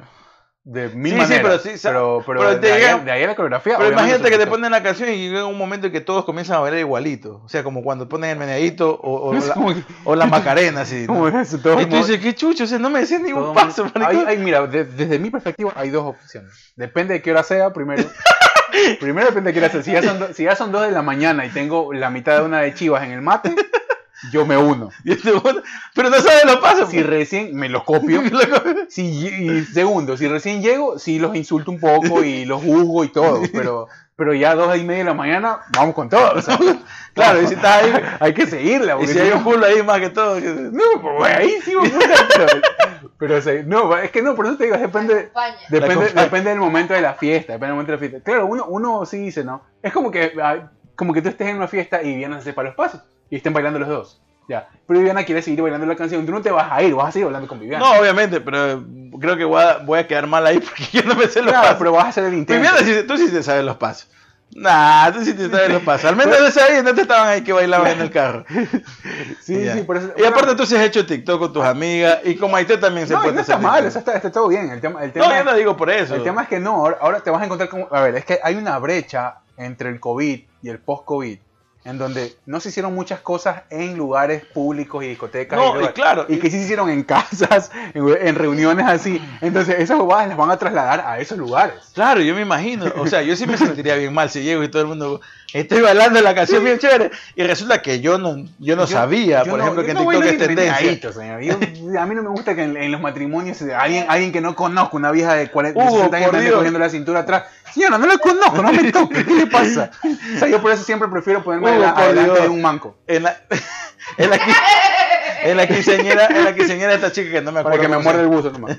Speaker 1: de mil
Speaker 2: Sí, sí,
Speaker 1: maneras.
Speaker 2: pero sí, sa-
Speaker 1: pero, pero,
Speaker 2: pero te
Speaker 1: de, ahí, a-
Speaker 2: llegan-
Speaker 1: de ahí a la coreografía.
Speaker 2: Pero
Speaker 1: obviamente,
Speaker 2: imagínate
Speaker 1: es
Speaker 2: que te
Speaker 1: TikTok.
Speaker 2: ponen la canción y llega un momento en que todos comienzan a bailar igualito. O sea, como cuando ponen el meneadito o, o
Speaker 1: Es
Speaker 2: la,
Speaker 1: como que-
Speaker 2: o la macarena, así. ¿no?
Speaker 1: como eso, todo
Speaker 2: Y tú
Speaker 1: mo-
Speaker 2: dices, qué chucho, o sea, no me decías ni
Speaker 1: Todo
Speaker 2: un paso.
Speaker 1: mal-
Speaker 2: maricón".
Speaker 1: Hay- hay- mira, de- desde mi perspectiva hay dos opciones. Depende de qué hora sea, primero. primero depende de qué hora sea. Si ya, son do- si ya son dos de la mañana y tengo la mitad de una de chivas en el mate, yo me uno.
Speaker 2: Y este bueno, Pero no sabes los pasos.
Speaker 1: Si recién me los copio.
Speaker 2: pues. Loco.
Speaker 1: Si, y segundo, si recién llego, sí los insulto un poco y los juzgo y todo. Pero, pero ya dos y media de la mañana, vamos con todo. o sea,
Speaker 2: Claro, y si estás ahí.
Speaker 1: hay que seguirla.
Speaker 2: Y
Speaker 1: porque
Speaker 2: si
Speaker 1: si
Speaker 2: hay
Speaker 1: no-
Speaker 2: un culo ahí más que todo. que-
Speaker 1: No, pues ahí sí, pues, puta, pero, pero, o sea, no, es que no, por eso te digo, depende,
Speaker 3: Acompaña.
Speaker 1: Depende,
Speaker 2: compañía.
Speaker 1: depende del momento de la fiesta, depende del momento de la fiesta. Claro, uno, uno sí dice, ¿no? Es como que, ah, como que tú estés en una fiesta y vienes a separar los pasos y estén bailando los dos. Ya. Pero Viviana quiere seguir bailando la canción. Tú no te vas a ir, vas a seguir bailando con Viviana.
Speaker 2: No, obviamente, pero eh, creo que voy a, voy a quedar mal ahí porque yo no me sé los
Speaker 1: Claro,
Speaker 2: pasos.
Speaker 1: pero vas a hacer el intento.
Speaker 2: Viviana, sí- tú sí te sabes los pasos. Nah, tú sí te sabes los pasos. Al menos de esa ahí no te estaban ahí que bailaban en el carro.
Speaker 1: sí,
Speaker 2: Ya.
Speaker 1: sí, por eso.
Speaker 2: Y
Speaker 1: bueno,
Speaker 2: aparte tú sí has hecho TikTok con tus amigas y como Maite también se
Speaker 1: No, y
Speaker 2: puede
Speaker 1: no
Speaker 2: hacer
Speaker 1: está mal,
Speaker 2: TikTok.
Speaker 1: o sea, está, está todo bien. El tema, el tema
Speaker 2: No, yo no digo por eso.
Speaker 1: El tema es que no, ahora- ahora te vas a encontrar como... A ver, es que hay una brecha entre el COVID y el post-COVID, en donde no se hicieron muchas cosas en lugares públicos y discotecas.
Speaker 2: No, y
Speaker 1: lugares-
Speaker 2: claro,
Speaker 1: Y
Speaker 2: y-
Speaker 1: que sí se hicieron en casas, en, en reuniones así. Entonces, esas bobadas las van a trasladar a esos lugares.
Speaker 2: Claro, yo me imagino. O sea, yo sí me sentiría bien mal si llego y todo el mundo estoy bailando la canción bien chévere. Y resulta que yo no, yo no
Speaker 1: Yo-
Speaker 2: sabía,
Speaker 1: yo
Speaker 2: por
Speaker 1: no-
Speaker 2: ejemplo,
Speaker 1: yo
Speaker 2: que en
Speaker 1: no bailo
Speaker 2: TikTok es
Speaker 1: ni
Speaker 2: tendencia.
Speaker 1: peinadito, señor. Yo- a mí no me gusta que en, en los matrimonios alguien, alguien que no conozco, una vieja de 40 de
Speaker 2: Hugo,
Speaker 1: 60 años,
Speaker 2: por
Speaker 1: me ande
Speaker 2: Dios.
Speaker 1: cogiendo la cintura atrás. Señora, no la conozco, no me toque, ¿qué le pasa? O sea, yo por eso siempre prefiero ponerme
Speaker 2: Hugo,
Speaker 1: adela-
Speaker 2: por
Speaker 1: adelante
Speaker 2: Dios.
Speaker 1: de un manco.
Speaker 2: En la, en la, qui- en la quinceañera, en la quinceañera de esta chica que no me
Speaker 1: Para
Speaker 2: acuerdo.
Speaker 1: que me
Speaker 2: cómo se-
Speaker 1: muerde el buzo nomás.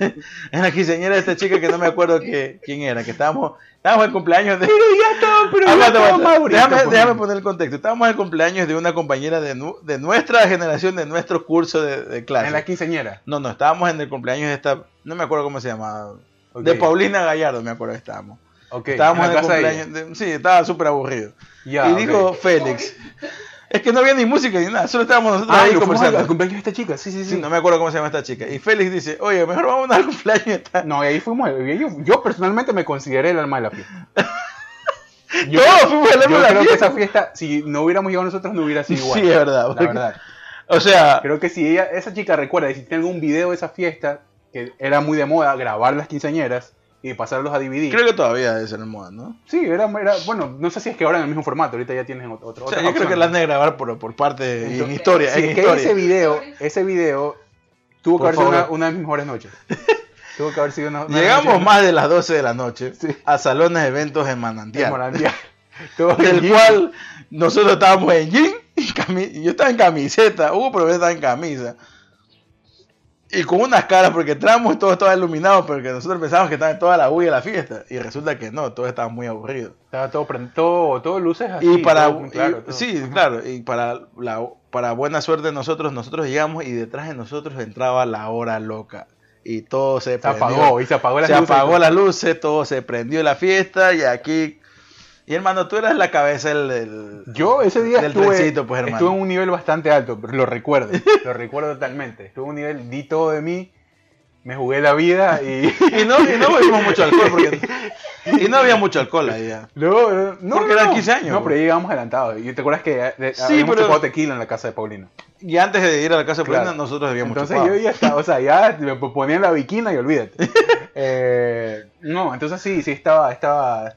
Speaker 2: En la quinceañera de esta chica que no me acuerdo que, quién era, que estábamos, estábamos en cumpleaños de. Aguanta, aguanta. Déjame,
Speaker 1: pues.
Speaker 2: déjame poner el contexto. Estábamos en el cumpleaños de una compañera de, nu- de nuestra generación, de nuestro curso de, de clase.
Speaker 1: En la quinceañera.
Speaker 2: No, no, estábamos en el cumpleaños de esta. No me acuerdo cómo se llamaba.
Speaker 1: Ok.
Speaker 2: De Paulina Gallardo, me acuerdo que estábamos.
Speaker 1: Ok,
Speaker 2: estábamos en
Speaker 1: la
Speaker 2: el
Speaker 1: casa de ella.
Speaker 2: cumpleaños. de- sí, estaba súper aburrido.
Speaker 1: Ya,
Speaker 2: y
Speaker 1: ok.
Speaker 2: dijo Félix. Es que no había ni música ni nada, solo estábamos nosotros
Speaker 1: Ah,
Speaker 2: ahí
Speaker 1: y conversando.
Speaker 2: conversando.
Speaker 1: El cumpleaños de esta chica, sí, sí,
Speaker 2: Sí,
Speaker 1: sí.
Speaker 2: no me acuerdo cómo se llama esta chica. Y Félix dice, oye, mejor vamos al cumpleaños. de esta-".
Speaker 1: No, y ahí fuimos. y Yo, yo personalmente me consideré el alma de la fiesta. Yo,
Speaker 2: Todos fuimos al alma
Speaker 1: yo
Speaker 2: de la
Speaker 1: creo que
Speaker 2: fiesta.
Speaker 1: esa fiesta, si no hubiéramos llegado nosotros, no hubiera sido igual.
Speaker 2: Sí, es verdad.
Speaker 1: La
Speaker 2: porque-
Speaker 1: verdad.
Speaker 2: O sea,
Speaker 1: Creo que si ella, esa chica recuerda, y si tiene algún video de esa fiesta, que era muy de moda grabar las quinceañeras y pasarlos a DVD.
Speaker 2: creo que todavía es el moda, ¿no?
Speaker 1: Sí, era, era, bueno, no sé si es que ahora en el mismo formato, ahorita ya tienen otro.
Speaker 2: O sea, yo creo que la han de grabar por, por parte en
Speaker 1: Entonces,
Speaker 2: historia.
Speaker 1: Sí,
Speaker 2: en
Speaker 1: es que
Speaker 2: historia.
Speaker 1: ese video, ese video tuvo que
Speaker 2: Por
Speaker 1: haber sido una,
Speaker 2: favor.
Speaker 1: una de mis mejores noches. tuvo que haber sido una, una
Speaker 2: Llegamos
Speaker 1: noche
Speaker 2: más de las 12 de la noche
Speaker 1: Sí.
Speaker 2: a salones de eventos en Manantial.
Speaker 1: memorable. Tuvo que-
Speaker 2: del cual nosotros estábamos en jean y cami- y yo estaba en camiseta, Hugo pero estaba en camisa. Y con unas caras, porque entramos y todo estaba iluminado, porque nosotros pensábamos que estaba en toda la bulla de la fiesta. Y resulta que no, todo estaba muy aburrido.
Speaker 1: Estaba todo, prend- todo, todo luces así.
Speaker 2: y para
Speaker 1: Ah, todo muy claro,
Speaker 2: y-
Speaker 1: todo.
Speaker 2: sí, claro, y para la para buena suerte de nosotros, nosotros llegamos y detrás de nosotros entraba la hora loca. Y todo se,
Speaker 1: Se
Speaker 2: prendió
Speaker 1: apagó, y se apagó las
Speaker 2: se
Speaker 1: luces. pues.
Speaker 2: apagó las luces, todo se prendió la fiesta y aquí. Y hermano, tú eras la cabeza del. del-
Speaker 1: Yo ese día
Speaker 2: del
Speaker 1: estuve,
Speaker 2: trencito, pues, hermano.
Speaker 1: estuve en un nivel bastante alto, pero lo recuerdo, lo recuerdo totalmente. Estuve en un nivel, di todo de mí, me jugué la vida y...
Speaker 2: Y no, y no bebimos mucho alcohol porque. Y no había mucho alcohol ahí ya.
Speaker 1: No, no, eh, no,
Speaker 2: Porque
Speaker 1: no,
Speaker 2: eran
Speaker 1: no.
Speaker 2: 15 años,
Speaker 1: No,
Speaker 2: güey.
Speaker 1: pero ya llegábamos adelantados. ¿Y te acuerdas que eh, de-
Speaker 2: Sí,
Speaker 1: habíamos
Speaker 2: pero-
Speaker 1: chupado tequila en la casa de Paulina?
Speaker 2: Y antes de ir a la casa de
Speaker 1: Claro.
Speaker 2: Paulina, nosotros habíamos
Speaker 1: Entonces
Speaker 2: chupado.
Speaker 1: yo ya estaba, o sea, ya me ponía en la biquina y olvídate. Eh, no, entonces sí, sí estaba, estaba.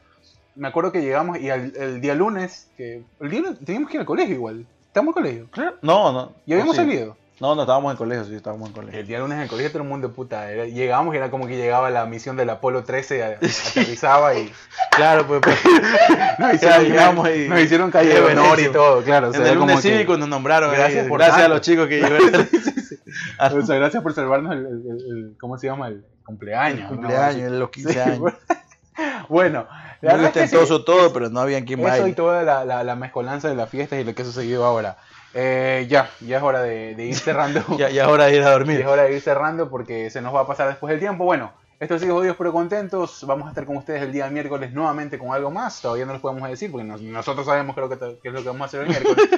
Speaker 1: Me acuerdo que llegamos y al- el día lunes, que el día lunes teníamos que ir al colegio igual. Estamos en colegio.
Speaker 2: Claro. No, no.
Speaker 1: Y habíamos
Speaker 2: Sí.
Speaker 1: salido.
Speaker 2: No, no, estábamos en colegio, sí, estábamos en colegio.
Speaker 1: El día lunes en el colegio todo el mundo puta. Era, llegamos y era como que llegaba la misión del Apolo 13, a- aterrizaba y
Speaker 2: Claro, pues. pues,
Speaker 1: nos
Speaker 2: Ya
Speaker 1: hicieron,
Speaker 2: llegamos y-
Speaker 1: nos hicieron calle de honor y
Speaker 2: Buenísimo.
Speaker 1: todo, claro. o sea,
Speaker 2: en el
Speaker 1: era como
Speaker 2: lunes
Speaker 1: que-
Speaker 2: cívico nos nombraron. ahí,
Speaker 1: Gracias
Speaker 2: Gracias,
Speaker 1: por
Speaker 2: a
Speaker 1: tanto.
Speaker 2: los chicos que llegaron. ah.
Speaker 1: O sea, gracias por salvarnos el, el- el- ¿cómo se llama? El cumpleaños. ¿no?
Speaker 2: cumpleaños, los 15
Speaker 1: Sí,
Speaker 2: años.
Speaker 1: bueno. Bueno, la
Speaker 2: Muy
Speaker 1: verdad es que sí,
Speaker 2: ostentoso todo, pero no había quien
Speaker 1: eso y
Speaker 2: baile.
Speaker 1: toda la, la- la mezcolanza de las fiestas y lo que ha sucedido ahora. Eh, ya, ya es hora de, de ir cerrando.
Speaker 2: Ya, ya es hora de ir a
Speaker 1: Ya
Speaker 2: dormir.
Speaker 1: es hora de ir cerrando porque se nos va a pasar después del tiempo. Bueno, esto ha sido Jodidos pero Contentos. Vamos a estar con ustedes el día miércoles nuevamente con algo más. Todavía no los podemos decir porque nos- nosotros sabemos qué es, lo que, qué es lo que vamos a hacer el miércoles.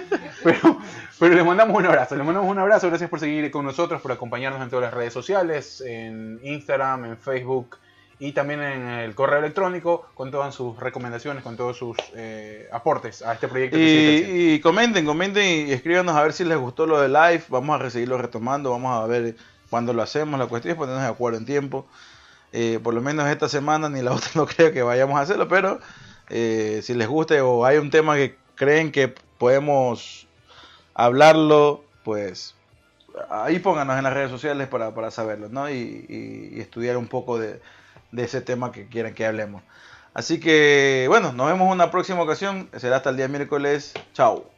Speaker 1: Pero, pero les mandamos un abrazo. Les mandamos un abrazo. Gracias por seguir con nosotros, por acompañarnos en todas las redes sociales, en Instagram, en Facebook. Y también en el correo electrónico con todas sus recomendaciones, con todos sus eh, aportes a este proyecto. que sí está haciendo.
Speaker 2: Y, y comenten, comenten y escríbanos a ver si les gustó lo de live. Vamos a seguirlo retomando, vamos a ver cuándo lo hacemos. La cuestión es ponernos de acuerdo en tiempo. Eh, por lo menos esta semana ni la otra no creo que vayamos a hacerlo, pero eh, si les gusta o hay un tema que creen que podemos hablarlo, pues ahí pónganos en las redes sociales para, para saberlo, ¿no? Y, y- y estudiar un poco de, de ese tema que quieran que hablemos. Así que, bueno, nos vemos en una próxima ocasión. Será hasta el día miércoles. Chao.